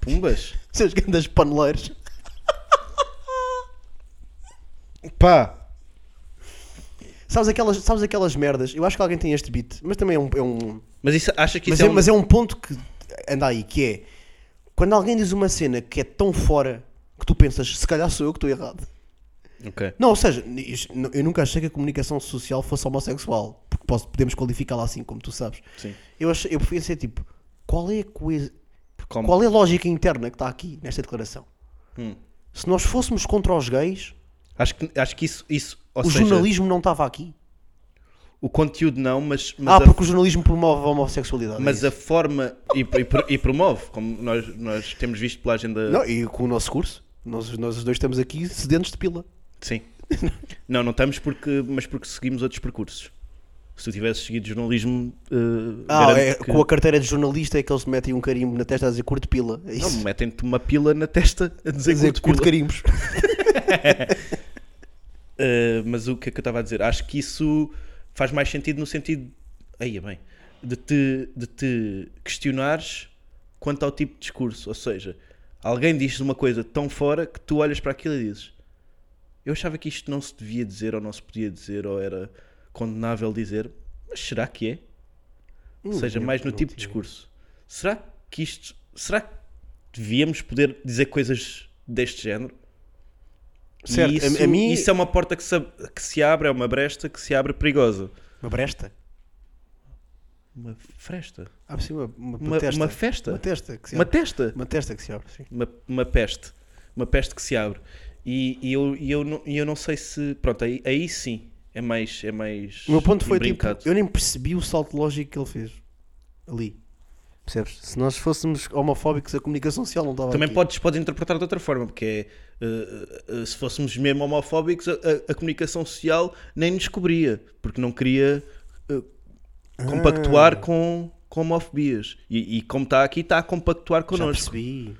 [SPEAKER 3] Pumbas.
[SPEAKER 4] Seus grandes paneleiros.
[SPEAKER 3] Pá.
[SPEAKER 4] Sabes aquelas, sabes aquelas merdas? Eu acho que alguém tem este beat, mas também é um- é um
[SPEAKER 3] Mas isso, acha que
[SPEAKER 4] mas,
[SPEAKER 3] isso
[SPEAKER 4] é,
[SPEAKER 3] é, um...
[SPEAKER 4] mas é um ponto que anda aí, que é quando alguém diz uma cena que é tão fora que tu pensas, se calhar sou eu que estou errado.
[SPEAKER 3] Ok.
[SPEAKER 4] Não, ou seja, isto- não- eu nunca achei que a comunicação social fosse homossexual, porque posso- podemos qualificá-la assim, como tu sabes.
[SPEAKER 3] Sim.
[SPEAKER 4] Eu, achei, eu pensei tipo, qual é a coisa,
[SPEAKER 3] Como?
[SPEAKER 4] qual é a lógica interna que está aqui nesta declaração?
[SPEAKER 3] Hum.
[SPEAKER 4] Se nós fôssemos contra os gays,
[SPEAKER 3] Acho que, acho que isso, isso ou
[SPEAKER 4] o
[SPEAKER 3] seja,
[SPEAKER 4] jornalismo não estava aqui.
[SPEAKER 3] o conteúdo não, mas, mas,
[SPEAKER 4] Ah,
[SPEAKER 3] a,
[SPEAKER 4] porque o jornalismo promove a homossexualidade. é
[SPEAKER 3] mas
[SPEAKER 4] isso.
[SPEAKER 3] a forma e, e pro- e promove, como nós, nós temos visto pela agenda.
[SPEAKER 4] Não, e com o nosso curso, nós, nós os dois estamos aqui sedentes de pila.
[SPEAKER 3] Sim. não, não estamos porque, mas porque seguimos outros percursos. Se tu tivesse seguido jornalismo, eh,
[SPEAKER 4] Ah,
[SPEAKER 3] garanto
[SPEAKER 4] é,
[SPEAKER 3] que-
[SPEAKER 4] com a carteira de jornalista é que eles metem um carimbo na testa a dizer curto pila. É
[SPEAKER 3] Não,
[SPEAKER 4] isso.
[SPEAKER 3] metem-te uma pila na testa a
[SPEAKER 4] a
[SPEAKER 3] dizer,
[SPEAKER 4] dizer
[SPEAKER 3] que
[SPEAKER 4] curto,
[SPEAKER 3] curto pila.
[SPEAKER 4] carimbos.
[SPEAKER 3] Uh, mas o que é que eu estava a dizer? Acho que isso faz mais sentido no sentido. Aí é bem. De te, de te questionares quanto ao tipo de discurso. Ou seja, alguém diz uma coisa tão fora que tu olhas para aquilo e dizes: Eu achava que isto não se devia dizer, ou não se podia dizer, ou era condenável dizer, mas será que é?
[SPEAKER 4] Hum,
[SPEAKER 3] Ou
[SPEAKER 4] é
[SPEAKER 3] seja, mais no tipo de discurso. Será que isto. Será que devíamos poder dizer coisas deste género? E
[SPEAKER 4] Certo, a-
[SPEAKER 3] isso,
[SPEAKER 4] a mim-
[SPEAKER 3] isso é uma porta que se, ab- que se abre, é uma bresta que se abre perigosa.
[SPEAKER 4] Uma bresta?
[SPEAKER 3] Uma fresta?
[SPEAKER 4] Ah, sim, uma, uma,
[SPEAKER 3] Uma,
[SPEAKER 4] testa.
[SPEAKER 3] uma festa?
[SPEAKER 4] Uma testa que se
[SPEAKER 3] Uma
[SPEAKER 4] abre.
[SPEAKER 3] testa?
[SPEAKER 4] Uma testa que se abre, sim.
[SPEAKER 3] Uma, uma peste. Uma peste que se abre. E, e eu, e eu, não, e eu não sei se. Pronto, aí, aí sim é mais. É mais
[SPEAKER 4] O meu ponto foi tipo,
[SPEAKER 3] embrincado.
[SPEAKER 4] eu nem percebi o salto lógico que ele fez ali. Percebes? Se nós fôssemos homofóbicos, a comunicação social não estava
[SPEAKER 3] Também
[SPEAKER 4] aqui.
[SPEAKER 3] podes, podes interpretar de outra forma, porque é, eh, eh, se fôssemos mesmo homofóbicos, a, a- a comunicação social nem nos cobria, porque não queria eh,
[SPEAKER 4] Ah.
[SPEAKER 3] compactuar com, com homofobias. E, e como está aqui, está a compactuar
[SPEAKER 4] Já
[SPEAKER 3] connosco.
[SPEAKER 4] percebi.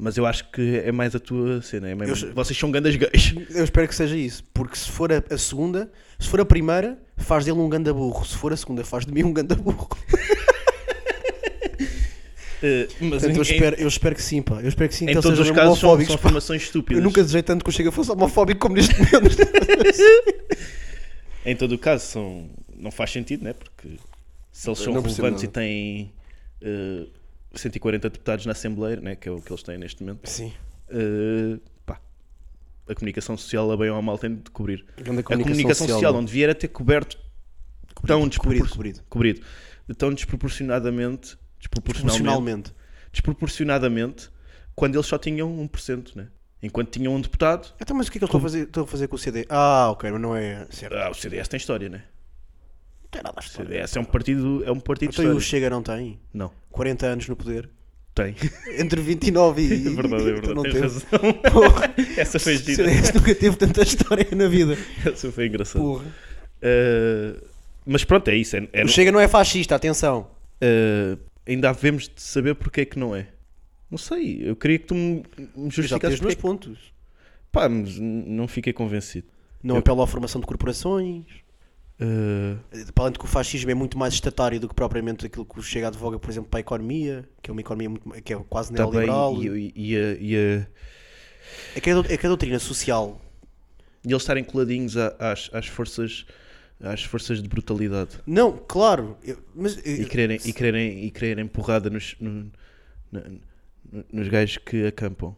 [SPEAKER 3] Mas eu acho que é mais a tua cena. É mesmo-
[SPEAKER 4] Eu-
[SPEAKER 3] Vocês são grandes gays.
[SPEAKER 4] Eu espero que seja isso, porque se for a, a segunda, se for a primeira, faz dele um ganda burro. Se for a segunda, faz de mim um ganda burro.
[SPEAKER 3] Eh, mas
[SPEAKER 4] Portanto, eu,
[SPEAKER 3] em,
[SPEAKER 4] espero, eu espero que sim, pá. Eu espero que sim,
[SPEAKER 3] em
[SPEAKER 4] que eles
[SPEAKER 3] todos
[SPEAKER 4] sejam
[SPEAKER 3] os
[SPEAKER 4] mesmo
[SPEAKER 3] casos são,
[SPEAKER 4] homofóbicos.
[SPEAKER 3] são
[SPEAKER 4] pá.
[SPEAKER 3] afirmações
[SPEAKER 4] eu
[SPEAKER 3] estúpidas.
[SPEAKER 4] nunca desejei tanto que o Chega fosse homofóbico como neste momento.
[SPEAKER 3] Em todo o caso, são... não faz sentido, né? Porque se eles são
[SPEAKER 4] Não percebo
[SPEAKER 3] relevantes e
[SPEAKER 4] nada.
[SPEAKER 3] têm eh, 140 deputados na Assembleia, né? que é o que eles têm neste momento,
[SPEAKER 4] Sim.
[SPEAKER 3] eh, pá, a comunicação social, a bem ou a mal, tem de cobrir.
[SPEAKER 4] Grande
[SPEAKER 3] a comunicação social, é? não é? devia era ter coberto tão
[SPEAKER 4] cobrido,
[SPEAKER 3] despropor-
[SPEAKER 4] cobrido.
[SPEAKER 3] cobrido, tão desproporcionadamente, desproporcionalmente,
[SPEAKER 4] Funcionalmente.
[SPEAKER 3] desproporcionadamente, quando eles só tinham 1%, né? Enquanto tinham um deputado,
[SPEAKER 4] Então, mas o que é que eles estão a fazer, estão a fazer com o CD? Ah, ok, mas não é certo.
[SPEAKER 3] ah, o CDS tem história, né?
[SPEAKER 4] Não tem nada a
[SPEAKER 3] O
[SPEAKER 4] ver.
[SPEAKER 3] CDS é um partido, é um partido
[SPEAKER 4] Então e o
[SPEAKER 3] histórico.
[SPEAKER 4] Chega não tem?
[SPEAKER 3] Não,
[SPEAKER 4] 40 anos no poder.
[SPEAKER 3] tem.
[SPEAKER 4] Entre 29 e...
[SPEAKER 3] É verdade, é verdade.
[SPEAKER 4] Então não
[SPEAKER 3] Tens
[SPEAKER 4] teve.
[SPEAKER 3] razão.
[SPEAKER 4] Porra.
[SPEAKER 3] Essa foi
[SPEAKER 4] O
[SPEAKER 3] gira.
[SPEAKER 4] CDS nunca teve tanta história na vida.
[SPEAKER 3] Essa foi engraçada.
[SPEAKER 4] Porra.
[SPEAKER 3] Uh, mas pronto, é isso. É, é-
[SPEAKER 4] O Chega não é fascista, atenção.
[SPEAKER 3] uh, ainda havemos de saber porque é que não é. Não sei, eu queria que tu me, me
[SPEAKER 4] Eu já tenho os
[SPEAKER 3] justificasses
[SPEAKER 4] meus
[SPEAKER 3] porque... é
[SPEAKER 4] pontos.
[SPEAKER 3] que- Pá, mas n- não fiquei convencido.
[SPEAKER 4] Não
[SPEAKER 3] Eu-
[SPEAKER 4] apelo à formação de corporações.
[SPEAKER 3] Uh,
[SPEAKER 4] Para além de que o fascismo é muito mais estatário do que propriamente aquilo que chega à advoga, por exemplo, para a economia, que é uma economia muito, que é quase
[SPEAKER 3] também,
[SPEAKER 4] neoliberal.
[SPEAKER 3] e, tá e, e a- e a-
[SPEAKER 4] É, que a, dou- é que a doutrina social.
[SPEAKER 3] e eles estarem coladinhos a- às, às forças às forças de brutalidade
[SPEAKER 4] Não, claro, eu- mas eh,
[SPEAKER 3] e
[SPEAKER 4] eu-
[SPEAKER 3] quererem, e quererem, e quererem porrada nos, no- no- no- nos gajos que acampam.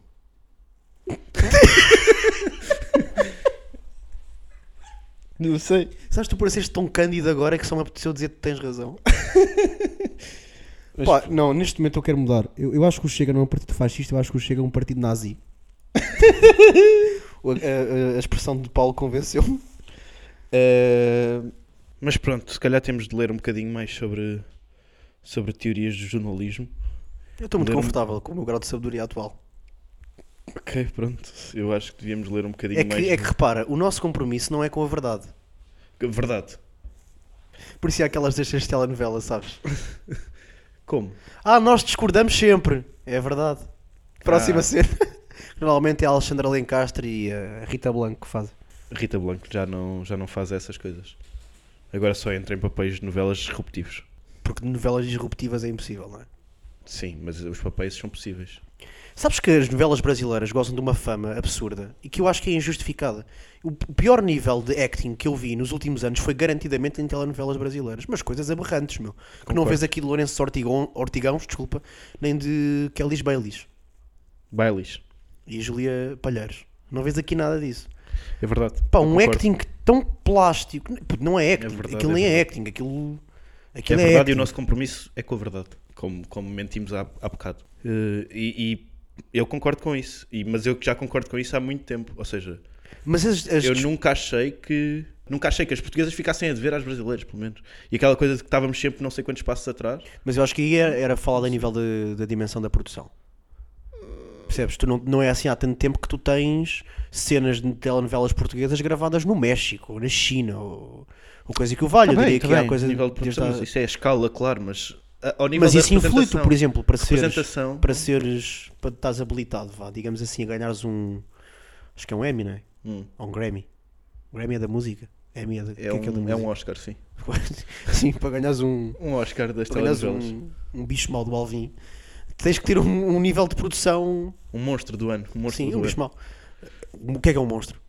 [SPEAKER 4] não sei. Sabes, tu pareceste tão cândido agora é que só me apeteceu dizer que tens razão. Pá, não, neste momento eu quero mudar. Eu, eu acho que o Chega não é um partido fascista, eu acho que o Chega é um partido nazi. O- a, a- a expressão de Paulo convenceu-me. Eh,
[SPEAKER 3] Mas pronto, se calhar temos de ler um bocadinho mais sobre, sobre teorias do jornalismo.
[SPEAKER 4] Eu estou muito
[SPEAKER 3] Ler um-
[SPEAKER 4] confortável com o meu grau de sabedoria atual.
[SPEAKER 3] Ok, pronto. Eu acho que devíamos ler um bocadinho
[SPEAKER 4] É que,
[SPEAKER 3] mais.
[SPEAKER 4] é que repara, o nosso compromisso não é com a verdade.
[SPEAKER 3] Verdade.
[SPEAKER 4] Por isso é aquelas destas telenovelas, sabes?
[SPEAKER 3] Como?
[SPEAKER 4] Ah, nós discordamos sempre. É verdade. Próxima
[SPEAKER 3] Ah.
[SPEAKER 4] cena. Normalmente é a Alexandra Lencastre e a Rita Blanco que fazem.
[SPEAKER 3] Rita Blanco já não, já não faz essas coisas. Agora só entra em papéis de novelas disruptivos.
[SPEAKER 4] Porque novelas disruptivas é impossível, não é?
[SPEAKER 3] Sim, mas os papéis são possíveis.
[SPEAKER 4] Sabes que as novelas brasileiras gozam de uma fama absurda e que eu acho que é injustificada. O p- pior nível de acting que eu vi nos últimos anos foi garantidamente em telenovelas brasileiras, mas coisas aberrantes, meu. Que não
[SPEAKER 3] Concordo.
[SPEAKER 4] vês aqui de Lourenço Ortigão, Ortigãos, desculpa, nem de Kellys Baileys
[SPEAKER 3] Baileys.
[SPEAKER 4] e Julia Palheiros. Não vês aqui nada disso.
[SPEAKER 3] É verdade.
[SPEAKER 4] Pá,
[SPEAKER 3] Eu
[SPEAKER 4] um
[SPEAKER 3] concordo.
[SPEAKER 4] acting tão plástico. Puto, Não é acting,
[SPEAKER 3] É verdade,
[SPEAKER 4] aquilo
[SPEAKER 3] é
[SPEAKER 4] nem é
[SPEAKER 3] verdade.
[SPEAKER 4] acting, aquilo.
[SPEAKER 3] É
[SPEAKER 4] aquilo
[SPEAKER 3] verdade e
[SPEAKER 4] acting.
[SPEAKER 3] o nosso compromisso é com a verdade, como, como mentimos há, há bocado. Eh, e, e eu concordo com isso, e- mas eu já concordo com isso há muito tempo. Ou seja,
[SPEAKER 4] Mas as, as
[SPEAKER 3] eu
[SPEAKER 4] dis-
[SPEAKER 3] nunca achei que. Nunca achei que as portuguesas ficassem a dever às brasileiras, pelo menos. E aquela coisa de que estávamos sempre não sei quantos passos atrás.
[SPEAKER 4] Mas eu acho que aí era, era falado a nível de- da dimensão da produção. Percebes? Tu não, não é assim há tanto tempo que tu tens cenas de telenovelas portuguesas gravadas no México, ou na China, ou, ou coisa que o valha.
[SPEAKER 3] Tá
[SPEAKER 4] eu diria que há coisa tá-
[SPEAKER 3] a nível de produção,
[SPEAKER 4] desde há-
[SPEAKER 3] mas isso é a escala, claro, mas a- ao nível
[SPEAKER 4] Mas
[SPEAKER 3] da
[SPEAKER 4] isso influi tu,
[SPEAKER 3] representação-
[SPEAKER 4] por exemplo, para seres,
[SPEAKER 3] representação-
[SPEAKER 4] para seres, para estás habilitado, vá, digamos assim, a ganhares um, acho que é um Emmy, não é?
[SPEAKER 3] Hum.
[SPEAKER 4] Ou um Grammy. Grammy é da música. Emmy é, da, que
[SPEAKER 3] É,
[SPEAKER 4] é, que é da
[SPEAKER 3] um, é um
[SPEAKER 4] música.
[SPEAKER 3] Oscar, sim.
[SPEAKER 4] Sim, para ganhares um,
[SPEAKER 3] Um Oscar das
[SPEAKER 4] para ganhares
[SPEAKER 3] telenovelas. Um...
[SPEAKER 4] um, um bicho mau do Alvin, tens que ter um, um nível de produção.
[SPEAKER 3] monstro do ano. Um monstro
[SPEAKER 4] sim,
[SPEAKER 3] do
[SPEAKER 4] um
[SPEAKER 3] ano.
[SPEAKER 4] bicho mau. O que é que é um monstro?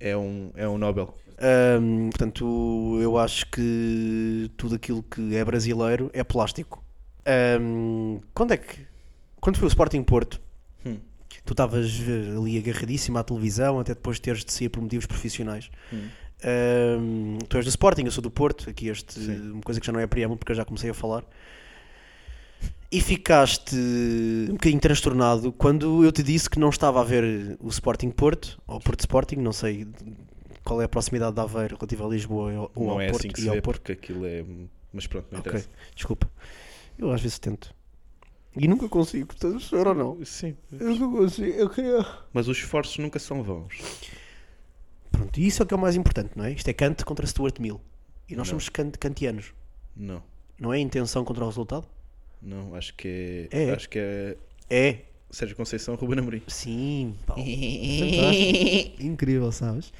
[SPEAKER 3] É, um, é um Nobel.
[SPEAKER 4] Ahm, portanto, eu acho que tudo aquilo que é brasileiro é plástico. Ahm, quando é que. Quando foi o Sporting Porto?
[SPEAKER 3] Hum.
[SPEAKER 4] Tu estavas eh, ali agarradíssimo à televisão, até depois de teres de sair por motivos profissionais.
[SPEAKER 3] Hum.
[SPEAKER 4] Ahm, tu és do Sporting, eu sou do Porto. Aqui este,
[SPEAKER 3] Sim.
[SPEAKER 4] uma coisa que já não é preâmbulo porque eu já comecei a falar. E ficaste um bocadinho transtornado quando eu te disse que não estava a ver o Sporting Porto, ou Porto Sporting, não sei qual é a proximidade de Aveiro relativa a Lisboa ou ou ao
[SPEAKER 3] não é
[SPEAKER 4] Porto
[SPEAKER 3] assim que
[SPEAKER 4] e
[SPEAKER 3] se
[SPEAKER 4] ao
[SPEAKER 3] vê,
[SPEAKER 4] Porto.
[SPEAKER 3] porque aquilo é. Mas pronto, não
[SPEAKER 4] Ok,
[SPEAKER 3] interessa.
[SPEAKER 4] desculpa. Eu às vezes tento. E nunca consigo, estás a chorar ou não?
[SPEAKER 3] Sim.
[SPEAKER 4] Eu não consigo, eu queria...
[SPEAKER 3] Mas os esforços nunca são vãos.
[SPEAKER 4] Pronto, e isso é o que é o mais importante, não é? Isto é Kant contra Stuart Mill. E nós somos Kant, kantianos.
[SPEAKER 3] Não,
[SPEAKER 4] Não é a intenção contra o resultado?
[SPEAKER 3] não, acho que é.
[SPEAKER 4] É.
[SPEAKER 3] Acho que é
[SPEAKER 4] É.
[SPEAKER 3] Sérgio Conceição Ruben Amorim.
[SPEAKER 4] Sim, Paulo. Fantástico. Incrível, sabes?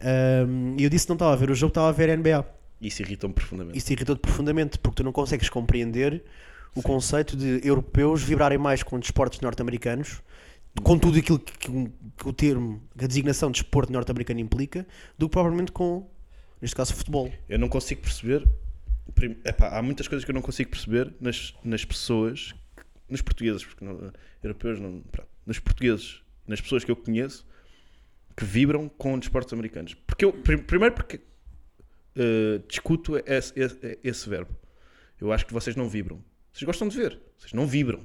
[SPEAKER 4] Ahm, eu disse que não estava a ver o jogo, estava a ver NBA.
[SPEAKER 3] Isso irritou-me profundamente.
[SPEAKER 4] Isso irritou-te profundamente, porque tu não consegues compreender o conceito de europeus vibrarem mais com desportos norte-americanos, com tudo aquilo que, que um- que o termo, que a designação de desporto norte-americano implica, do que propriamente com, neste caso, futebol.
[SPEAKER 3] Eu não consigo perceber. prim- epá, há muitas coisas que eu não consigo perceber nas, nas pessoas, que- nos portugueses, porque não- europeus não. pronto, nos portugueses, nas pessoas que eu conheço, que vibram com desportos americanos. Porque eu, prim- primeiro, porque eh, discuto esse, esse- esse verbo. Eu acho que vocês não vibram. Vocês gostam de ver, vocês não vibram.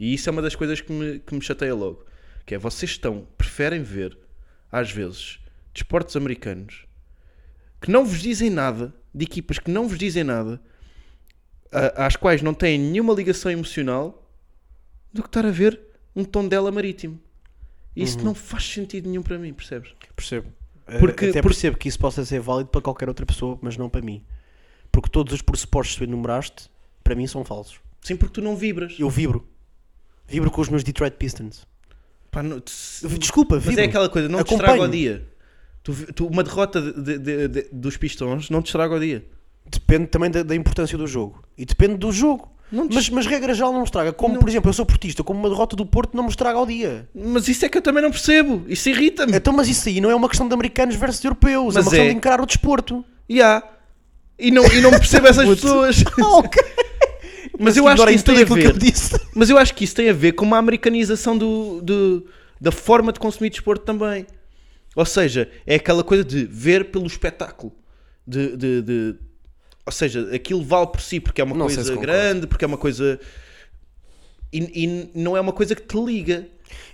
[SPEAKER 3] E isso é uma das coisas que me, que me chateia logo. Que é vocês estão, preferem ver, às vezes, desportos americanos que não vos dizem nada, de equipas que não vos dizem nada, a- às quais não têm nenhuma ligação emocional, do que estar a ver um Tondela marítimo. Isso
[SPEAKER 4] Uhum.
[SPEAKER 3] não faz sentido nenhum para mim, percebes?
[SPEAKER 4] Percebo. Eh,
[SPEAKER 3] Porque-
[SPEAKER 4] Até
[SPEAKER 3] por-
[SPEAKER 4] percebo que isso possa ser válido para qualquer outra pessoa, mas não para mim. Porque todos os pressupostos que tu enumeraste, para mim, são falsos.
[SPEAKER 3] Sim, porque tu não vibras.
[SPEAKER 4] Eu vibro. Vibro com os meus Detroit Pistons.
[SPEAKER 3] Pá, não- tss-
[SPEAKER 4] Eu vi- Desculpa,
[SPEAKER 3] mas
[SPEAKER 4] vibro.
[SPEAKER 3] é aquela coisa, não te
[SPEAKER 4] Acompanho.
[SPEAKER 3] estraga o dia. Tu, vi- tu- uma derrota de- de- de- de- dos pistões não te estraga o dia.
[SPEAKER 4] Depende também da, da importância do jogo. E depende do jogo.
[SPEAKER 3] Não te-
[SPEAKER 4] Mas, mas regra geral não me estraga. Como, por exemplo, eu sou portista, como uma derrota do Porto não me estraga ao dia.
[SPEAKER 3] Mas isso é que eu também não percebo. Isso irrita-me.
[SPEAKER 4] Então, mas isso aí não é uma questão de americanos versus europeus. é
[SPEAKER 3] Mas
[SPEAKER 4] uma questão
[SPEAKER 3] é.
[SPEAKER 4] de encarar o desporto.
[SPEAKER 3] Ya. E, não, e não percebo essas pessoas.
[SPEAKER 4] Ah, ok.
[SPEAKER 3] Mas eu acho
[SPEAKER 4] Ignorei
[SPEAKER 3] que isso
[SPEAKER 4] tudo
[SPEAKER 3] tem a
[SPEAKER 4] aquilo que eu
[SPEAKER 3] ver.
[SPEAKER 4] disse.
[SPEAKER 3] Mas eu acho que isso tem a ver com uma americanização do, do- da forma de consumir desporto também. Ou seja, é aquela coisa de ver pelo espetáculo. De, de- de- ou seja, aquilo vale por si porque é uma
[SPEAKER 4] Não sei se
[SPEAKER 3] coisa
[SPEAKER 4] concordo.
[SPEAKER 3] grande, porque é uma coisa. E, e não é uma coisa que te liga.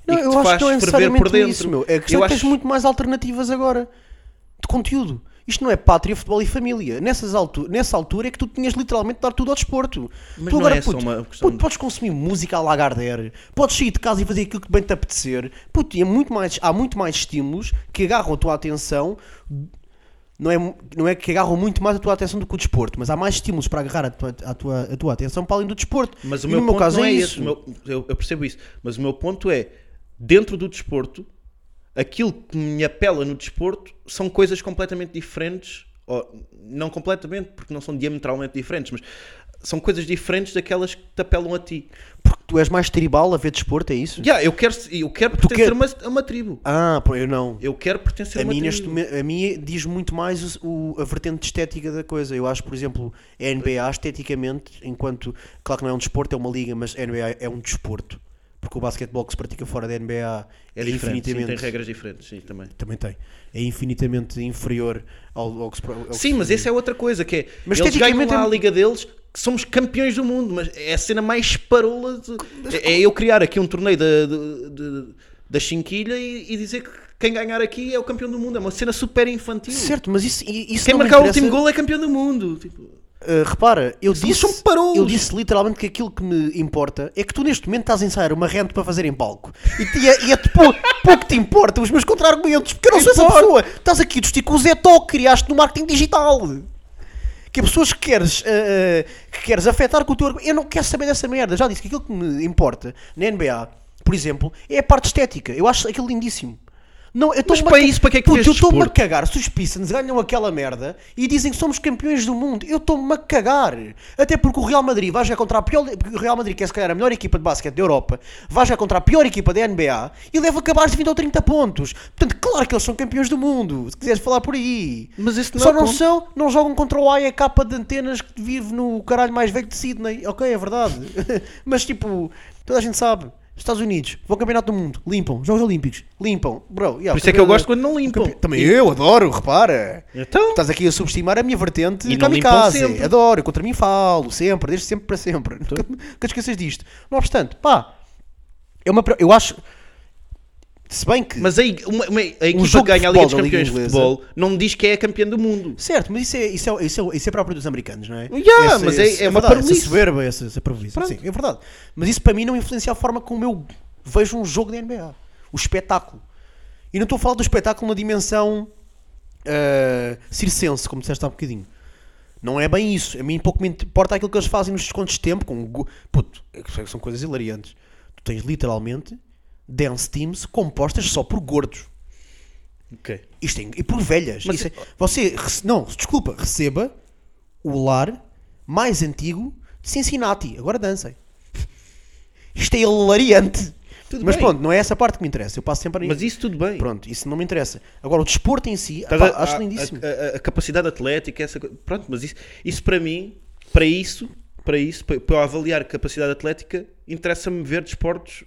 [SPEAKER 4] Não,
[SPEAKER 3] e que
[SPEAKER 4] eu
[SPEAKER 3] te
[SPEAKER 4] acho
[SPEAKER 3] faz
[SPEAKER 4] que não
[SPEAKER 3] ferver
[SPEAKER 4] é
[SPEAKER 3] por
[SPEAKER 4] necessariamente
[SPEAKER 3] dentro.
[SPEAKER 4] isso, meu. É que,
[SPEAKER 3] eu
[SPEAKER 4] tens
[SPEAKER 3] acho,
[SPEAKER 4] muito mais alternativas agora de conteúdo. Isto não é pátria, futebol e família. Nessas altu nessa altura é que tu tinhas literalmente de dar tudo ao desporto.
[SPEAKER 3] Mas
[SPEAKER 4] tu
[SPEAKER 3] não é só uma questão
[SPEAKER 4] puto, podes consumir música a lagardère, podes sair de casa e fazer aquilo que bem te apetecer. Puto, e é muito mais, há muito mais estímulos que agarram a tua atenção. Não é, não é que agarram muito mais a tua atenção do que o desporto, mas há mais estímulos para agarrar a tua, a tua, a tua atenção para além do desporto.
[SPEAKER 3] Mas o
[SPEAKER 4] E
[SPEAKER 3] meu
[SPEAKER 4] no
[SPEAKER 3] ponto
[SPEAKER 4] caso
[SPEAKER 3] não
[SPEAKER 4] é
[SPEAKER 3] é
[SPEAKER 4] isso.
[SPEAKER 3] esse. O meu- eu, eu percebo isso. Mas o meu ponto é, dentro do desporto, aquilo que me apela no desporto são coisas completamente diferentes. Ou, não completamente, porque não são diametralmente diferentes, mas são coisas diferentes daquelas que te apelam a ti.
[SPEAKER 4] Porque tu és mais tribal a ver desporto, é isso?
[SPEAKER 3] Yeah, eu quero, eu quero pertencer a uma, a uma tribo.
[SPEAKER 4] Ah, pô, eu não.
[SPEAKER 3] Eu quero pertencer a
[SPEAKER 4] A
[SPEAKER 3] é uma
[SPEAKER 4] mim, neste,
[SPEAKER 3] tribo.
[SPEAKER 4] momento- a mim diz muito mais o, o- a vertente estética da coisa. Eu acho, por exemplo, a NBA esteticamente, enquanto, claro que não é um desporto, é uma liga, mas a NBA é um desporto. Porque o basquetebol que se pratica fora da NBA
[SPEAKER 3] É
[SPEAKER 4] é
[SPEAKER 3] diferente, sim, tem
[SPEAKER 4] infinitamente.
[SPEAKER 3] regras diferentes, sim, também.
[SPEAKER 4] também tem. É infinitamente inferior ao, ao que se. pro- ao que
[SPEAKER 3] Sim,
[SPEAKER 4] se-
[SPEAKER 3] mas essa é outra coisa que é.
[SPEAKER 4] Mas
[SPEAKER 3] eles ganham
[SPEAKER 4] esteticamente
[SPEAKER 3] lá
[SPEAKER 4] é-
[SPEAKER 3] a liga deles, que somos campeões do mundo, mas é a cena mais parola. De... É é eu criar aqui um torneio da, de- de- da chinquilha e, e dizer que quem ganhar aqui é o campeão do mundo. É uma cena super infantil.
[SPEAKER 4] Certo, mas isso. i- isso
[SPEAKER 3] Quem
[SPEAKER 4] não me
[SPEAKER 3] marcar o
[SPEAKER 4] interessa.
[SPEAKER 3] último gol é campeão do mundo. Tipo,
[SPEAKER 4] Uh, repara, eu
[SPEAKER 3] Eles
[SPEAKER 4] disse,
[SPEAKER 3] são parolos.
[SPEAKER 4] eu disse literalmente que aquilo que me importa é que tu neste momento estás a ensaiar uma rente para fazer em palco e, te- e é, e é-te pou- pouco te importa os meus contra-argumentos, porque eu não sou essa pessoa. Estás aqui a discutir com o Zé Tó que criaste no marketing digital. Que é pessoas que queres, uh, uh, que queres afetar com o teu argumento. Eu não quero saber dessa merda. Já disse que aquilo que me importa na NBA, por exemplo, é a parte estética. Eu acho aquilo lindíssimo. Não, eu estou
[SPEAKER 3] Mas para isso, para que é que
[SPEAKER 4] Puto,
[SPEAKER 3] vês
[SPEAKER 4] eu estou-me a
[SPEAKER 3] desporto?
[SPEAKER 4] cagar se os Pistons ganham aquela merda e dizem que somos campeões do mundo. Eu estou-me a cagar. Até porque o Real Madrid vai jogar contra a pior. porque O Real Madrid, que é se calhar a melhor equipa de basquete da Europa, vai jogar contra a pior equipa da NBA e leva a acabar de 20 ou 30 pontos. Portanto, claro que eles são campeões do mundo. Se quiseres falar por aí.
[SPEAKER 3] Mas esse não é
[SPEAKER 4] Só
[SPEAKER 3] o
[SPEAKER 4] não
[SPEAKER 3] ponto.
[SPEAKER 4] são, não jogam contra o AEK de antenas que vive no caralho mais velho de Sydney. Ok, é verdade. Mas tipo, toda a gente sabe. Estados Unidos, vão ao campeonato do mundo, limpam, Jogos Olímpicos, limpam, bro. yeah,
[SPEAKER 3] por isso é que eu
[SPEAKER 4] campeão-
[SPEAKER 3] gosto quando não limpam.
[SPEAKER 4] também é. Tá. eu adoro, repara.
[SPEAKER 3] Então,
[SPEAKER 4] Estás aqui a subestimar a minha vertente
[SPEAKER 3] E
[SPEAKER 4] e
[SPEAKER 3] não limpam
[SPEAKER 4] kamikaze.
[SPEAKER 3] sempre.
[SPEAKER 4] Adoro, eu contra mim falo, sempre, desde sempre para sempre. Nunca, nunca te esqueças disto. Não obstante, pá, é uma, pre- eu acho. Se bem que.
[SPEAKER 3] mas aí, uma, uma- a equipa
[SPEAKER 4] Um jogo
[SPEAKER 3] que ganha a
[SPEAKER 4] de
[SPEAKER 3] Liga
[SPEAKER 4] futebol
[SPEAKER 3] dos
[SPEAKER 4] da Liga
[SPEAKER 3] Campeões de
[SPEAKER 4] Inglesa.
[SPEAKER 3] Futebol não me diz que é campeão do mundo.
[SPEAKER 4] Certo, mas isso é, isso, é, isso, é, isso é próprio dos americanos, não é?
[SPEAKER 3] Yeah, mas é- é uma
[SPEAKER 4] verdade, essa
[SPEAKER 3] parolice.
[SPEAKER 4] soberba, essa, essa parolice.
[SPEAKER 3] Pronto.
[SPEAKER 4] Sim, é verdade. Mas isso para mim não influencia a forma como eu vejo um jogo da NBA. O espetáculo. E não estou a falar do espetáculo numa dimensão ah, circense, como disseste há bocadinho. Não é bem isso. A mim pouco me importa aquilo que eles fazem nos descontos de tempo. Com... go- Puto, é que são coisas hilariantes. Tu tens literalmente dance teams compostas só por gordos.
[SPEAKER 3] Ok.
[SPEAKER 4] Isto é, e por velhas.
[SPEAKER 3] Mas-
[SPEAKER 4] Isso é- você, rece- não, desculpa, receba o lar mais antigo de Cincinnati. Agora dancem. Isto é hilariante.
[SPEAKER 3] Tudo
[SPEAKER 4] Mas
[SPEAKER 3] bem.
[SPEAKER 4] pronto, não é essa parte que me interessa. Eu passo sempre a
[SPEAKER 3] Mas isso tudo bem.
[SPEAKER 4] Pronto, isso não me interessa. Agora, o desporto em si,
[SPEAKER 3] Estás
[SPEAKER 4] pá,
[SPEAKER 3] a-
[SPEAKER 4] acho
[SPEAKER 3] a-
[SPEAKER 4] lindíssimo.
[SPEAKER 3] A, a- a capacidade atlética, essa coisa. Pronto, mas isso, isso para mim, para isso, para isso, para, para eu avaliar capacidade atlética, interessa-me ver desportos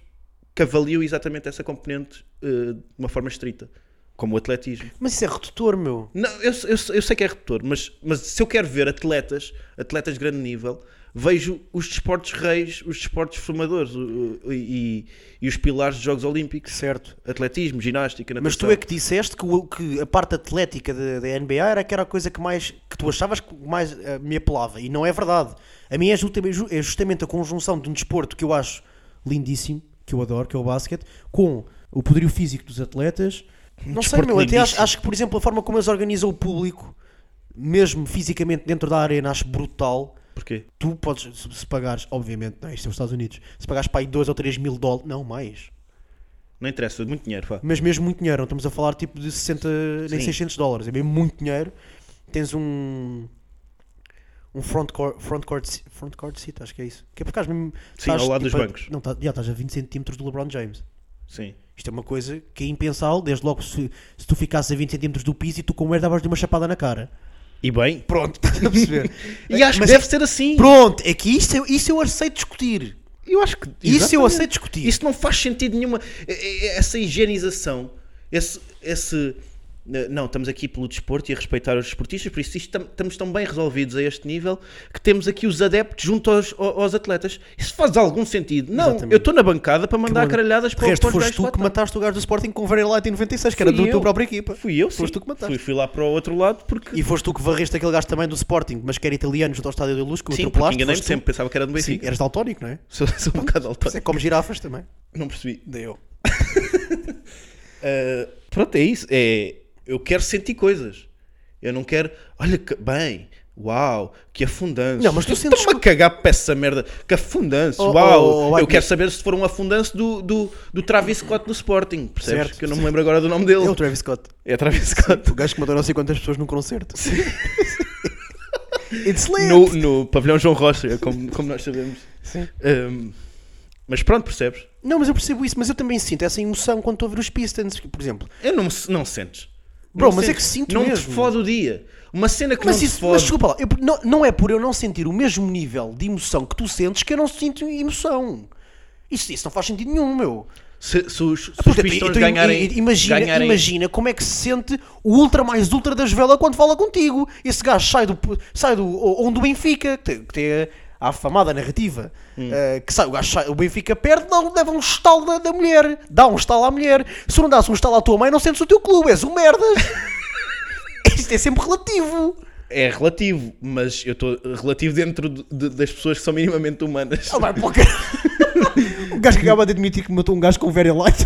[SPEAKER 3] que avaliam exatamente essa componente eh, de uma forma estrita, como o atletismo.
[SPEAKER 4] Mas isso é redutor, meu.
[SPEAKER 3] Não, eu, eu- eu sei que é redutor, mas, mas se eu quero ver atletas, atletas de grande nível, vejo os desportos reis, os desportos formadores o- o- e, e os pilares de Jogos Olímpicos.
[SPEAKER 4] Certo.
[SPEAKER 3] Atletismo, ginástica, natação.
[SPEAKER 4] Mas tu é que disseste que, o- que a parte atlética da, da NBA era que era a coisa que mais que tu achavas que mais eh, me apelava e não é verdade. A mim é justamente, ju- é justamente a conjunção de um desporto que eu acho lindíssimo, que eu adoro, que é o basquete, com o poderio físico dos atletas. não sei,
[SPEAKER 3] Um desporto
[SPEAKER 4] meu, até acho,
[SPEAKER 3] lindíssimo.
[SPEAKER 4] acho que, por exemplo, a forma como eles organizam o público, mesmo fisicamente dentro da arena, acho brutal.
[SPEAKER 3] Porquê?
[SPEAKER 4] Tu podes, se- se pagares, obviamente, não, isto é os Estados Unidos, se pagares para aí 2 ou 3 mil dólares, não mais.
[SPEAKER 3] Não interessa, é muito dinheiro, vá.
[SPEAKER 4] Mas mesmo muito dinheiro, não estamos a falar tipo de 60, nem
[SPEAKER 3] Sim.
[SPEAKER 4] 600 dólares, é mesmo muito dinheiro. Tens um um front court, front court, se- front court seat, acho que é isso. Que é porque estás mesmo
[SPEAKER 3] Sim,
[SPEAKER 4] estás,
[SPEAKER 3] ao lado dos
[SPEAKER 4] tipo, a-
[SPEAKER 3] bancos.
[SPEAKER 4] Não, estás, já estás a 20 centímetros do LeBron James.
[SPEAKER 3] Sim.
[SPEAKER 4] Isto é uma coisa que é impensável, desde logo se, se tu ficasses a 20 centímetros do piso e tu com merda davas de uma chapada na cara.
[SPEAKER 3] E bem.
[SPEAKER 4] Pronto, estás a perceber?
[SPEAKER 3] E acho
[SPEAKER 4] Mas
[SPEAKER 3] que deve
[SPEAKER 4] é-
[SPEAKER 3] ser assim.
[SPEAKER 4] Pronto, é que isso, eu- isso eu aceito discutir.
[SPEAKER 3] Eu acho que
[SPEAKER 4] Isso eu
[SPEAKER 3] exatamente.
[SPEAKER 4] aceito discutir.
[SPEAKER 3] eh, Isso não faz sentido nenhuma. E- e- Essa higienização, esse, esse eh, não, estamos aqui pelo desporto e a respeitar os desportistas, por isso isto tam- estamos tão bem resolvidos a este nível que temos aqui os adeptos junto aos, ao- aos atletas. Isso faz algum sentido? Não,
[SPEAKER 4] Exatamente.
[SPEAKER 3] eu estou na bancada para mandar caralhadas
[SPEAKER 4] De
[SPEAKER 3] para,
[SPEAKER 4] resto,
[SPEAKER 3] para os
[SPEAKER 4] foste
[SPEAKER 3] gajos
[SPEAKER 4] tu
[SPEAKER 3] lá
[SPEAKER 4] que
[SPEAKER 3] atrás.
[SPEAKER 4] mataste o gajo do Sporting com o Varelite em 96, que era
[SPEAKER 3] Fui
[SPEAKER 4] da tua
[SPEAKER 3] eu.
[SPEAKER 4] própria equipa.
[SPEAKER 3] Fui eu,
[SPEAKER 4] Foste
[SPEAKER 3] sim.
[SPEAKER 4] tu que mataste.
[SPEAKER 3] Fui, fui lá para o outro lado porque.
[SPEAKER 4] E foste tu que varreste aquele gajo também do Sporting, mas que era italiano, junto ao Estádio da Luz, que o
[SPEAKER 3] sim, porque
[SPEAKER 4] atropelaste.
[SPEAKER 3] enganei-me
[SPEAKER 4] foste tu.
[SPEAKER 3] sempre, pensava que era do
[SPEAKER 4] Sim,
[SPEAKER 3] Benfica.
[SPEAKER 4] eras daltónico, não é?
[SPEAKER 3] Sou, sou um bocado
[SPEAKER 4] Você
[SPEAKER 3] alto.
[SPEAKER 4] é como girafas também.
[SPEAKER 3] Não percebi.
[SPEAKER 4] Deu.
[SPEAKER 3] Uh, pronto, é isso. É, eu quero sentir coisas. Eu não quero. Olha que bem. Uau, que afundanço.
[SPEAKER 4] Não, mas tu sentes
[SPEAKER 3] Estou-me a cagar para essa merda. Que afundanço.
[SPEAKER 4] Oh,
[SPEAKER 3] Uau.
[SPEAKER 4] oh, oh, oh,
[SPEAKER 3] eu
[SPEAKER 4] White
[SPEAKER 3] quero
[SPEAKER 4] Man.
[SPEAKER 3] saber se for um afundanço do, do, do Travis Scott do Sporting. Percebes?
[SPEAKER 4] Certo.
[SPEAKER 3] Que eu não me lembro agora do nome dele.
[SPEAKER 4] É o Travis Scott.
[SPEAKER 3] É Travis Scott.
[SPEAKER 4] O gajo que matou não sei quantas pessoas num concerto. It's lit.
[SPEAKER 3] No, no pavilhão João Rocha, como, como nós sabemos.
[SPEAKER 4] Sim.
[SPEAKER 3] Um, mas pronto, percebes?
[SPEAKER 4] Não, mas eu percebo isso, mas eu também sinto essa emoção quando estou a ver os Pistons, por exemplo.
[SPEAKER 3] Eu não, me- não sentes.
[SPEAKER 4] Bro,
[SPEAKER 3] Não
[SPEAKER 4] mas é
[SPEAKER 3] sentes.
[SPEAKER 4] que sinto
[SPEAKER 3] Não te
[SPEAKER 4] mesmo.
[SPEAKER 3] fode o dia. Uma cena que
[SPEAKER 4] Mas,
[SPEAKER 3] não te
[SPEAKER 4] isso,
[SPEAKER 3] fode.
[SPEAKER 4] mas desculpa lá, eu- não, não é por eu não sentir o mesmo nível de emoção que tu sentes que eu não sinto emoção. Isso, isso não faz sentido nenhum, meu.
[SPEAKER 3] Se, se os, se os
[SPEAKER 4] Portanto,
[SPEAKER 3] Pistons
[SPEAKER 4] então,
[SPEAKER 3] ganharem,
[SPEAKER 4] i- imagina,
[SPEAKER 3] ganharem-
[SPEAKER 4] imagina como é que se sente o ultra mais ultra das velas quando fala contigo. Esse gajo sai do, sai do ou- onde o Benfica, que tem, que tem a afamada narrativa, eh, que sai, o, gajo sai, o Benfica perde, não, leva um estalo da, da mulher, dá um estalo à mulher. Se não dás um estalo à tua mãe, não sentes o teu clube, és um merdas. Isto é sempre relativo.
[SPEAKER 3] é relativo, mas eu estou relativo dentro de- de- das pessoas que são minimamente humanas.
[SPEAKER 4] Ah, vai para o caralho. O gajo que acaba de admitir que matou um gajo com very light.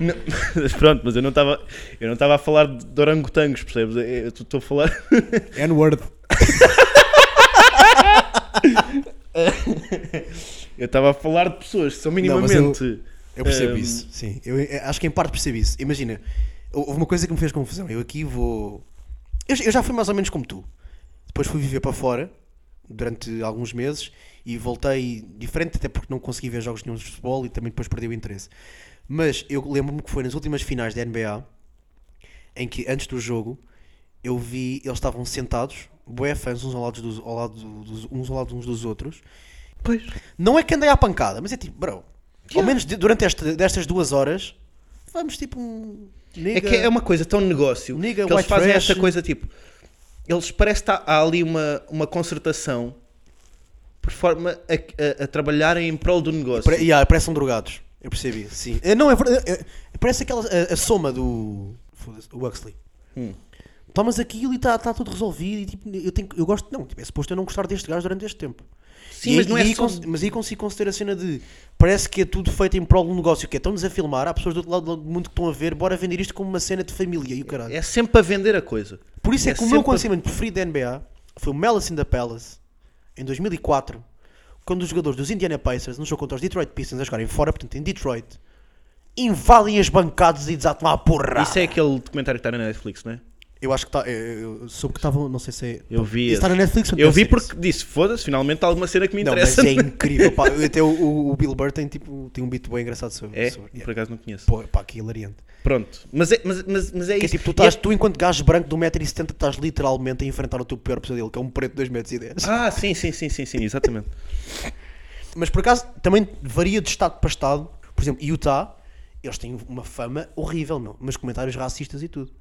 [SPEAKER 3] Não- mas pronto, mas eu não estava eu não estava a falar de orangotangos, percebes? Eu estou a falar
[SPEAKER 4] N-word.
[SPEAKER 3] eu estava a falar de pessoas que são
[SPEAKER 4] Não, mas eu-
[SPEAKER 3] minimamente
[SPEAKER 4] Eu percebo
[SPEAKER 3] Ahm.
[SPEAKER 4] isso, sim. Eu, eh, acho que em parte percebo isso. Imagina, hou- houve uma coisa que me fez confusão. Eu aqui vou. Eu, j- eu já fui mais ou menos como tu. Depois fui viver para fora durante alguns meses e voltei diferente, até porque não consegui ver jogos nenhum de futebol e também depois perdi o interesse. Mas eu lembro-me que foi nas últimas finais da NBA em que antes do jogo eu vi, eles estavam sentados, bué fãs uns ao lado dos, ao lado dos, uns ao lado uns dos outros,
[SPEAKER 3] pois,
[SPEAKER 4] não é que andei à pancada, mas é tipo, bro, ao menos de- durante este- destas duas horas, vamos tipo um.
[SPEAKER 3] é
[SPEAKER 4] Nigga,
[SPEAKER 3] que é uma coisa tão negócio
[SPEAKER 4] Nigga,
[SPEAKER 3] que eles
[SPEAKER 4] white
[SPEAKER 3] fazem
[SPEAKER 4] trash.
[SPEAKER 3] esta coisa tipo eles parece que há- há ali uma uma concertação por forma a, a- a trabalharem em prol do negócio.
[SPEAKER 4] Pare- yeah, parecem drogados. Eu percebi, sim. É, não, é verdade. é- é- parece aquela. A, a soma do. Foda-se, o Huxley.
[SPEAKER 3] Hum.
[SPEAKER 4] Tomas aquilo e está tá tudo resolvido. E tipo, eu, tenho, que- eu gosto. Não, tipo, é suposto eu não gostar deste gajo durante este tempo.
[SPEAKER 3] Sim,
[SPEAKER 4] E
[SPEAKER 3] mas
[SPEAKER 4] aí-
[SPEAKER 3] não
[SPEAKER 4] e
[SPEAKER 3] é
[SPEAKER 4] aí
[SPEAKER 3] só-
[SPEAKER 4] cons- mas aí consigo considerar a cena de. Parece que é tudo feito em prol de um negócio que é tão desafilmar. Há pessoas do outro lado do mundo que estão a ver. Bora vender isto como uma cena de família e o caralho.
[SPEAKER 3] É sempre a vender a coisa.
[SPEAKER 4] Por isso é,
[SPEAKER 3] É
[SPEAKER 4] que o meu
[SPEAKER 3] sempre-
[SPEAKER 4] acontecimento preferido da NBA foi o Malice in the Palace, em 2004, quando os jogadores dos Indiana Pacers, no jogo contra os Detroit Pistons, a jogarem fora, portanto em Detroit, invadem as bancadas e desatam a porra.
[SPEAKER 3] Isso é aquele documentário que está na Netflix, não é?
[SPEAKER 4] Eu acho que está. Eu, eu soube que estavam, não sei se é.
[SPEAKER 3] Eu vi.
[SPEAKER 4] Isso está
[SPEAKER 3] esse.
[SPEAKER 4] na Netflix, portanto,
[SPEAKER 3] Eu
[SPEAKER 4] deve
[SPEAKER 3] vi
[SPEAKER 4] ser
[SPEAKER 3] porque
[SPEAKER 4] isso.
[SPEAKER 3] disse, foda-se, finalmente há alguma cena que me
[SPEAKER 4] Não,
[SPEAKER 3] interessa.
[SPEAKER 4] mas é incrível. pá. Até o, o- o Bill Burr tem, tipo, tem um beat bem engraçado sobre.
[SPEAKER 3] É?
[SPEAKER 4] sobre-
[SPEAKER 3] por acaso não conheço.
[SPEAKER 4] Pô, pá, que hilariante.
[SPEAKER 3] Pronto. Mas é, mas, mas, mas é
[SPEAKER 4] Que é
[SPEAKER 3] isso.
[SPEAKER 4] tipo, tu,
[SPEAKER 3] E
[SPEAKER 4] estás,
[SPEAKER 3] é-
[SPEAKER 4] tu, enquanto gajo branco de 1,70m, estás literalmente a enfrentar o teu pior pesadelo, que é um preto de 2,10m.
[SPEAKER 3] Ah, sim, sim, sim, sim, sim, exatamente.
[SPEAKER 4] Mas por acaso também varia de estado para estado. Por exemplo, Utah, eles têm uma fama horrível, meu. Mas comentários racistas e tudo.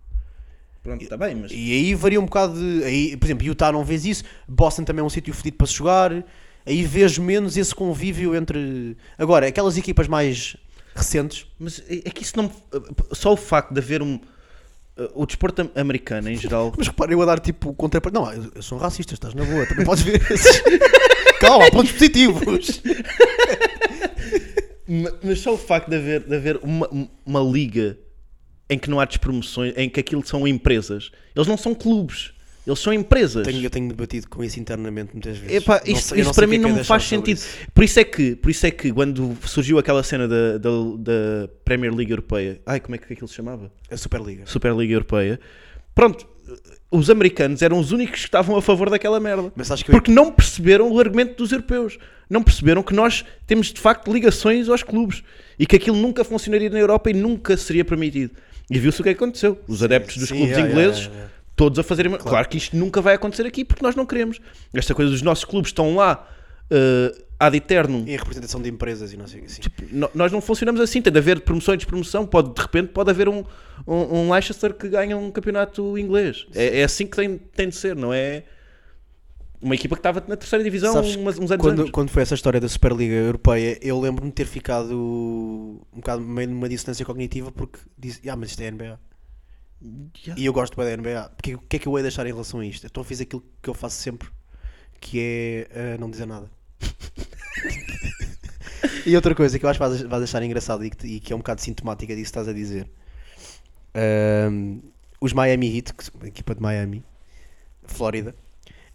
[SPEAKER 3] Pronto, está bem, mas...
[SPEAKER 4] E aí varia um bocado de. Aí, por exemplo, Utah não vês isso. Boston também é um sítio fedido para se jogar. Aí vês menos esse convívio entre. Agora, aquelas equipas mais recentes.
[SPEAKER 3] Mas é é que isso não... Só o facto de haver um... O desporto am- americano, em geral...
[SPEAKER 4] Mas repara, eu a dar tipo contra. Não, eu, eu sou um racista, estás na boa, também podes ver esses. Calma, há pontos positivos.
[SPEAKER 3] Ma- Mas só o facto de haver, de haver uma, uma liga em que não há despromoções, em que aquilo são empresas. Eles não são clubes. Eles são empresas.
[SPEAKER 4] Tenho- eu tenho debatido com isso internamente muitas vezes.
[SPEAKER 3] Epá,
[SPEAKER 4] Não
[SPEAKER 3] isto,
[SPEAKER 4] sei- eu
[SPEAKER 3] isto para
[SPEAKER 4] sei o que
[SPEAKER 3] mim
[SPEAKER 4] é que
[SPEAKER 3] não
[SPEAKER 4] é
[SPEAKER 3] me faz
[SPEAKER 4] deixar sobre
[SPEAKER 3] sentido.
[SPEAKER 4] isso.
[SPEAKER 3] Por isso é que, por isso é que quando surgiu aquela cena da, da, da Premier League Europeia, ai, como é que aquilo se chamava?
[SPEAKER 4] A Superliga.
[SPEAKER 3] Superliga Europeia. Pronto, os americanos eram os únicos que estavam a favor daquela merda.
[SPEAKER 4] Mas acho que eu-
[SPEAKER 3] Porque não perceberam o argumento dos europeus. Não perceberam que nós temos de facto ligações aos clubes e que aquilo nunca funcionaria na Europa e nunca seria permitido. E viu-se o que é que aconteceu. Os adeptos dos
[SPEAKER 4] sim,
[SPEAKER 3] clubes
[SPEAKER 4] yeah, yeah,
[SPEAKER 3] ingleses,
[SPEAKER 4] yeah, yeah.
[SPEAKER 3] todos a fazerem. Claro. que isto nunca vai acontecer aqui porque nós não queremos. Esta coisa dos nossos clubes estão lá. eh, ad eternum.
[SPEAKER 4] Em representação de empresas e não sei o que assim.
[SPEAKER 3] No- nós não funcionamos assim, tem de haver promoção e despromoção, pode, de repente pode haver um, um, um Leicester que ganha um campeonato inglês. É, é assim que tem, tem de ser, não é uma equipa que estava na terceira divisão
[SPEAKER 4] Sabes
[SPEAKER 3] umas- uns anos
[SPEAKER 4] quando,
[SPEAKER 3] antes.
[SPEAKER 4] quando foi essa história da Superliga Europeia, eu lembro-me de ter ficado um bocado meio numa dissonância cognitiva porque disse, ah, mas isto é NBA.
[SPEAKER 3] Yeah.
[SPEAKER 4] E eu gosto bem da NBA. Porque o que é que eu hei de deixar em relação a isto? Então fiz aquilo que eu faço sempre, que é ah, não dizer nada. e outra coisa que eu acho que vais, vais achar engraçado e que, e que é um bocado sintomática disso que estás a dizer. Ahm, os Miami Heat, que são a equipa de Miami, Flórida.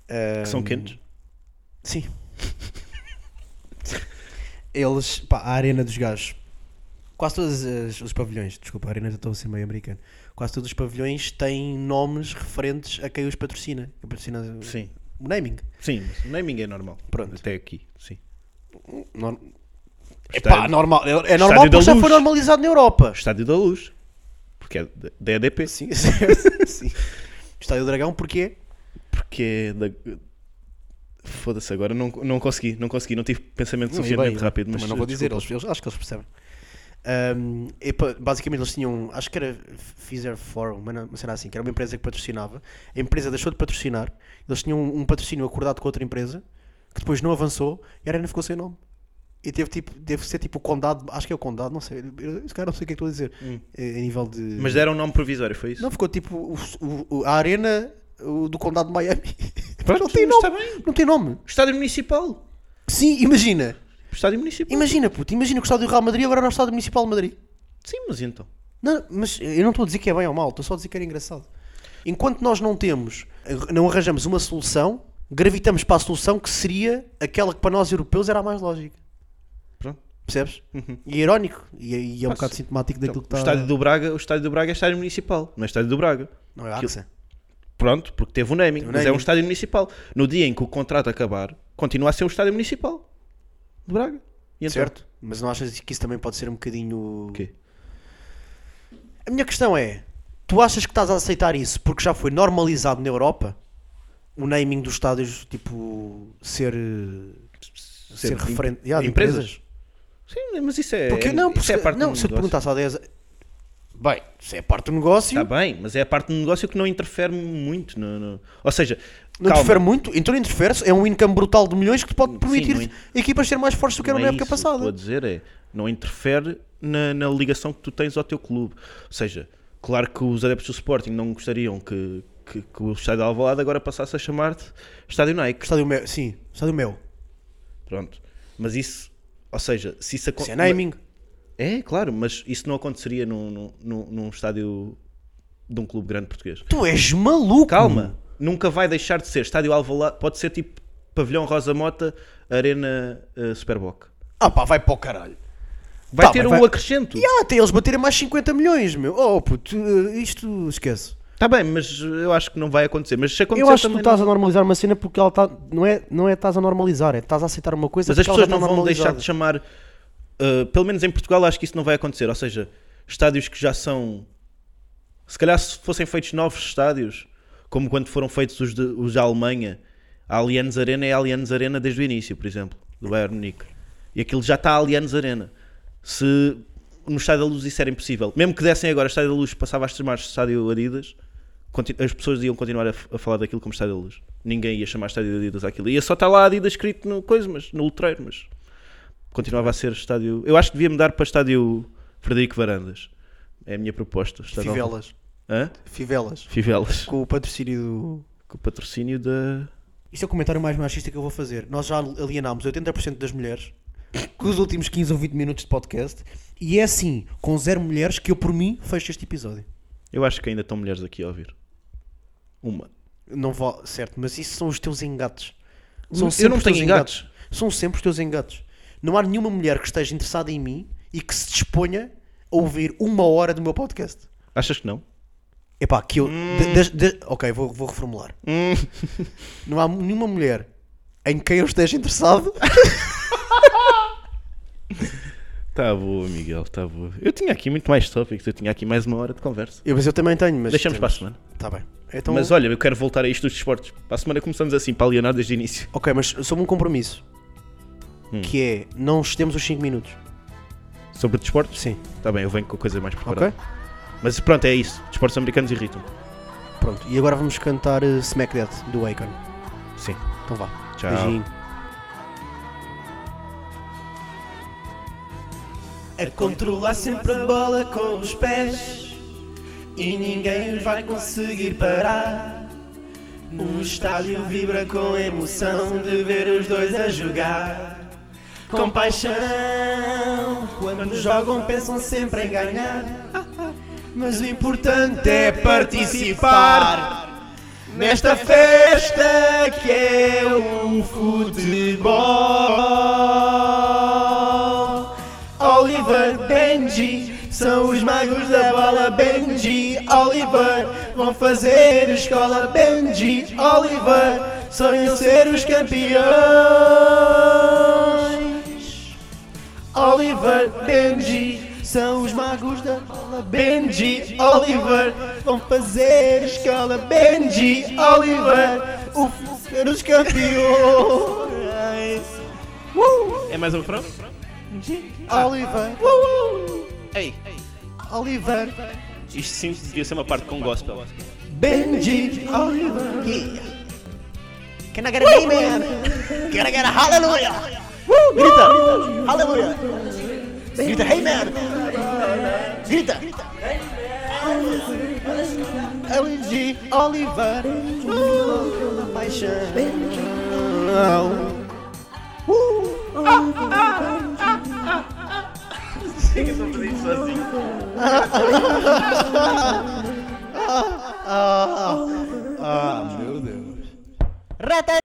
[SPEAKER 3] Que são
[SPEAKER 4] ahm,
[SPEAKER 3] quentes.
[SPEAKER 4] Sim. Eles, pá, a arena dos gajos. Quase todos as- os pavilhões, desculpa, a arena já estou a ser meio americano. Quase todos os pavilhões têm nomes referentes a quem os patrocina. Quem patrocina
[SPEAKER 3] Sim,
[SPEAKER 4] o naming.
[SPEAKER 3] sim, mas o naming é normal.
[SPEAKER 4] Pronto.
[SPEAKER 3] Até aqui, sim.
[SPEAKER 4] Nor- É
[SPEAKER 3] Estádio-
[SPEAKER 4] pá, normal. É, é
[SPEAKER 3] Estádio
[SPEAKER 4] normal
[SPEAKER 3] da
[SPEAKER 4] porque já
[SPEAKER 3] Luz.
[SPEAKER 4] foi normalizado na Europa.
[SPEAKER 3] Estádio da Luz, porque é da- da EDP.
[SPEAKER 4] Sim, sim. sim. Estádio do Dragão, porquê?
[SPEAKER 3] Porque é da... Foda-se, agora não, não consegui, não consegui, não tive pensamento
[SPEAKER 4] Não, e
[SPEAKER 3] suficientemente
[SPEAKER 4] bem,
[SPEAKER 3] rápido.
[SPEAKER 4] também
[SPEAKER 3] Mas
[SPEAKER 4] não vou dizer,
[SPEAKER 3] desculpa.
[SPEAKER 4] eles, eles- acho que eles percebem. Ahm, e pa- basicamente eles tinham, acho que era Fizer Forum, mas não- mas era assim, que era uma empresa que patrocinava. A empresa deixou de patrocinar, eles tinham um um patrocínio acordado com outra empresa, que depois não avançou e a arena ficou sem nome. E teve tipo, deve ser tipo o condado, acho que é o condado, não sei, eu, se calhar não sei o que é que estou a dizer, eh, a nível de.
[SPEAKER 3] Hum. Mas deram um nome provisório, foi isso?
[SPEAKER 4] Não, ficou tipo o- o- a arena o, do condado de Miami.
[SPEAKER 3] Pronto,
[SPEAKER 4] não tem
[SPEAKER 3] mas
[SPEAKER 4] nome,
[SPEAKER 3] está bem.
[SPEAKER 4] não tem nome.
[SPEAKER 3] Estádio Municipal.
[SPEAKER 4] Sim, imagina.
[SPEAKER 3] Estádio Municipal.
[SPEAKER 4] Imagina, puto, imagina que o estádio do Real Madrid agora era o estádio municipal de Madrid.
[SPEAKER 3] Sim, mas então.
[SPEAKER 4] Não, mas eu não estou a dizer que é bem ou mal, estou só a dizer que era engraçado. Enquanto nós não temos, não arranjamos uma solução, gravitamos para a solução que seria aquela que para nós europeus era a mais lógica.
[SPEAKER 3] Pronto.
[SPEAKER 4] Percebes? E é irónico. E, é- e é um
[SPEAKER 3] Ah,
[SPEAKER 4] bocado
[SPEAKER 3] sim.
[SPEAKER 4] sintomático
[SPEAKER 3] Uhum. Então,
[SPEAKER 4] daquilo que tá-
[SPEAKER 3] o,
[SPEAKER 4] está.
[SPEAKER 3] estádio do Braga, o estádio do Braga é estádio municipal, não é estádio do Braga.
[SPEAKER 4] Não é a AXA.
[SPEAKER 3] Pronto, porque teve o naming,
[SPEAKER 4] Teve o
[SPEAKER 3] mas é um
[SPEAKER 4] naming.
[SPEAKER 3] estádio municipal. No dia em que o contrato acabar, continua a ser um estádio municipal do Braga. E então?
[SPEAKER 4] Certo? Mas não achas que isso também pode ser um bocadinho.
[SPEAKER 3] O quê?
[SPEAKER 4] A minha questão é: tu achas que estás a aceitar isso porque já foi normalizado na Europa o naming dos estádios, tipo, ser. eh, ser,
[SPEAKER 3] Ser de
[SPEAKER 4] referente.
[SPEAKER 3] em-
[SPEAKER 4] Yeah, de
[SPEAKER 3] empresas? Sim, mas isso é.
[SPEAKER 4] Porque, não,
[SPEAKER 3] isso
[SPEAKER 4] porque,
[SPEAKER 3] é parte
[SPEAKER 4] não
[SPEAKER 3] do
[SPEAKER 4] se eu te
[SPEAKER 3] negócio.
[SPEAKER 4] perguntasse há 10 Bem, se é parte do negócio,
[SPEAKER 3] Está bem, mas é a parte do negócio que não interfere muito. No, no- Ou seja,
[SPEAKER 4] não
[SPEAKER 3] calma,
[SPEAKER 4] interfere muito, então não interfere, é um income brutal de milhões que te pode permitir
[SPEAKER 3] não in-
[SPEAKER 4] equipas ser mais fortes do que
[SPEAKER 3] não
[SPEAKER 4] eram
[SPEAKER 3] é
[SPEAKER 4] na época
[SPEAKER 3] isso. O que eu estou
[SPEAKER 4] passada.
[SPEAKER 3] a dizer é, não interfere na, na ligação que tu tens ao teu clube. Ou seja, claro que os adeptos do Sporting não gostariam que, que, que o estádio de Alvalade agora passasse a chamar-te Estádio Nike.
[SPEAKER 4] Estádio meu, sim, estádio meu.
[SPEAKER 3] Pronto. Mas isso, ou seja, se isso
[SPEAKER 4] Isso é
[SPEAKER 3] acontecer...
[SPEAKER 4] naming.
[SPEAKER 3] É, claro, mas isso não aconteceria num, num, num- num estádio de um clube grande português.
[SPEAKER 4] Tu és maluco.
[SPEAKER 3] Calma,
[SPEAKER 4] Hum.
[SPEAKER 3] nunca vai deixar de ser estádio Alvalade, pode ser tipo Pavilhão Rosa Mota, Arena eh, Superboc.
[SPEAKER 4] Ah pá, vai para o caralho.
[SPEAKER 3] Vai
[SPEAKER 4] Tá
[SPEAKER 3] ter
[SPEAKER 4] bem,
[SPEAKER 3] um
[SPEAKER 4] vai-
[SPEAKER 3] acrescento.
[SPEAKER 4] E ah, até eles baterem mais 50 milhões, meu. Oh puto, eh, isto esquece.
[SPEAKER 3] Está Tá bem, mas eu acho que não vai acontecer. Mas se acontecer
[SPEAKER 4] Eu acho que tu
[SPEAKER 3] também
[SPEAKER 4] estás
[SPEAKER 3] não-
[SPEAKER 4] a normalizar uma cena porque ela está. Não é, não é estás a normalizar, é estás a aceitar uma coisa
[SPEAKER 3] Mas as
[SPEAKER 4] porque ela
[SPEAKER 3] pessoas não
[SPEAKER 4] já está
[SPEAKER 3] vão deixar
[SPEAKER 4] normalizada.
[SPEAKER 3] de chamar. uh, pelo menos em Portugal, acho que isso não vai acontecer. Ou seja, estádios que já são. Se calhar, se fossem feitos novos estádios, como quando foram feitos os, de, os da Alemanha, a Allianz Arena é a Allianz Arena desde o início, por exemplo, do Bayern Munique. E aquilo já está a Allianz Arena. Se no Estádio da Luz isso era impossível, mesmo que dessem agora Estádio da Luz, passava a chamar Estádio Adidas, conti- as pessoas iam continuar a, f- a falar daquilo como Estádio da Luz. Ninguém ia chamar Estádio Adidas aquilo. Ia só estar lá Adidas escrito no coisa, mas no letreiro, mas continuava a ser estádio. Eu acho que devia mudar para estádio Frederico Varandas. É a minha proposta. Estádio-
[SPEAKER 4] Fivelas.
[SPEAKER 3] Hã?
[SPEAKER 4] Fivelas.
[SPEAKER 3] Fivelas.
[SPEAKER 4] Com o patrocínio do.
[SPEAKER 3] Com o patrocínio da.
[SPEAKER 4] Isto é o comentário mais machista que eu vou fazer. Nós já alienámos 80% das mulheres com os últimos 15 ou 20 minutos de podcast. E é assim, com zero mulheres, que eu por mim fecho este episódio.
[SPEAKER 3] Eu acho que ainda estão mulheres aqui a ouvir. Uma.
[SPEAKER 4] Não vou, certo, mas isso são os teus engates.
[SPEAKER 3] Eu
[SPEAKER 4] sempre
[SPEAKER 3] não
[SPEAKER 4] os teus
[SPEAKER 3] tenho engates.
[SPEAKER 4] São sempre os teus engates. Não há nenhuma mulher que esteja interessada em mim e que se disponha a ouvir uma hora do meu podcast.
[SPEAKER 3] Achas que não?
[SPEAKER 4] Epá, que eu. de- de- de- ok, vou, vou reformular. Não há nenhuma mulher em quem eu esteja interessado.
[SPEAKER 3] Tá boa, Miguel, tá boa. Eu tinha aqui muito mais tópicos, eu tinha aqui mais uma hora de conversa.
[SPEAKER 4] Eu, mas eu também tenho, mas.
[SPEAKER 3] Deixamos para a semana.
[SPEAKER 5] Tá
[SPEAKER 4] Está bem. Então,
[SPEAKER 3] Mas olha, eu quero voltar a isto dos esportes. Para a semana começamos assim, para alienar desde o início.
[SPEAKER 4] Ok, mas sob um compromisso.
[SPEAKER 3] Hum.
[SPEAKER 5] que é não excedemos os 5 minutos.
[SPEAKER 3] Sobre desportos?
[SPEAKER 5] Sim,
[SPEAKER 3] Está bem, eu venho com a coisa mais preparada.
[SPEAKER 5] ok?
[SPEAKER 3] Mas pronto, é isso. Desportos americanos e ritmo.
[SPEAKER 5] Pronto, e agora vamos cantar eh, Smack That do Akon.
[SPEAKER 3] Sim.
[SPEAKER 5] Então vá,
[SPEAKER 3] Tchau.
[SPEAKER 5] beijinho.
[SPEAKER 4] A controlar sempre a bola com os pés E ninguém os vai conseguir parar O estádio vibra com emoção De ver os dois a jogar Com paixão Quando jogam pensam sempre em ganhar Mas o importante é participar Nesta festa que é o futebol Oliver, Benji, são os magos da bola Benji, Oliver, vão fazer escola Benji, Oliver, sonham ser os campeões. Oliver, Benji, são os magos da bola Benji, Oliver, vão fazer escola Benji, Oliver, o vão ser os campeões. Uh!
[SPEAKER 6] É mais um refrão?
[SPEAKER 4] Oliver,
[SPEAKER 6] Ei,
[SPEAKER 4] Oliver,
[SPEAKER 6] isto sim devia ser uma parte com gospel.
[SPEAKER 4] Benji, Oliver. Yeah. Can I get an amen? Can I get a hallelujah? Woo! Grita, hallelujah. Grita, hey man. Grita. Benji, Oliver. Woo! Oh. Paixão. Woo! Rata.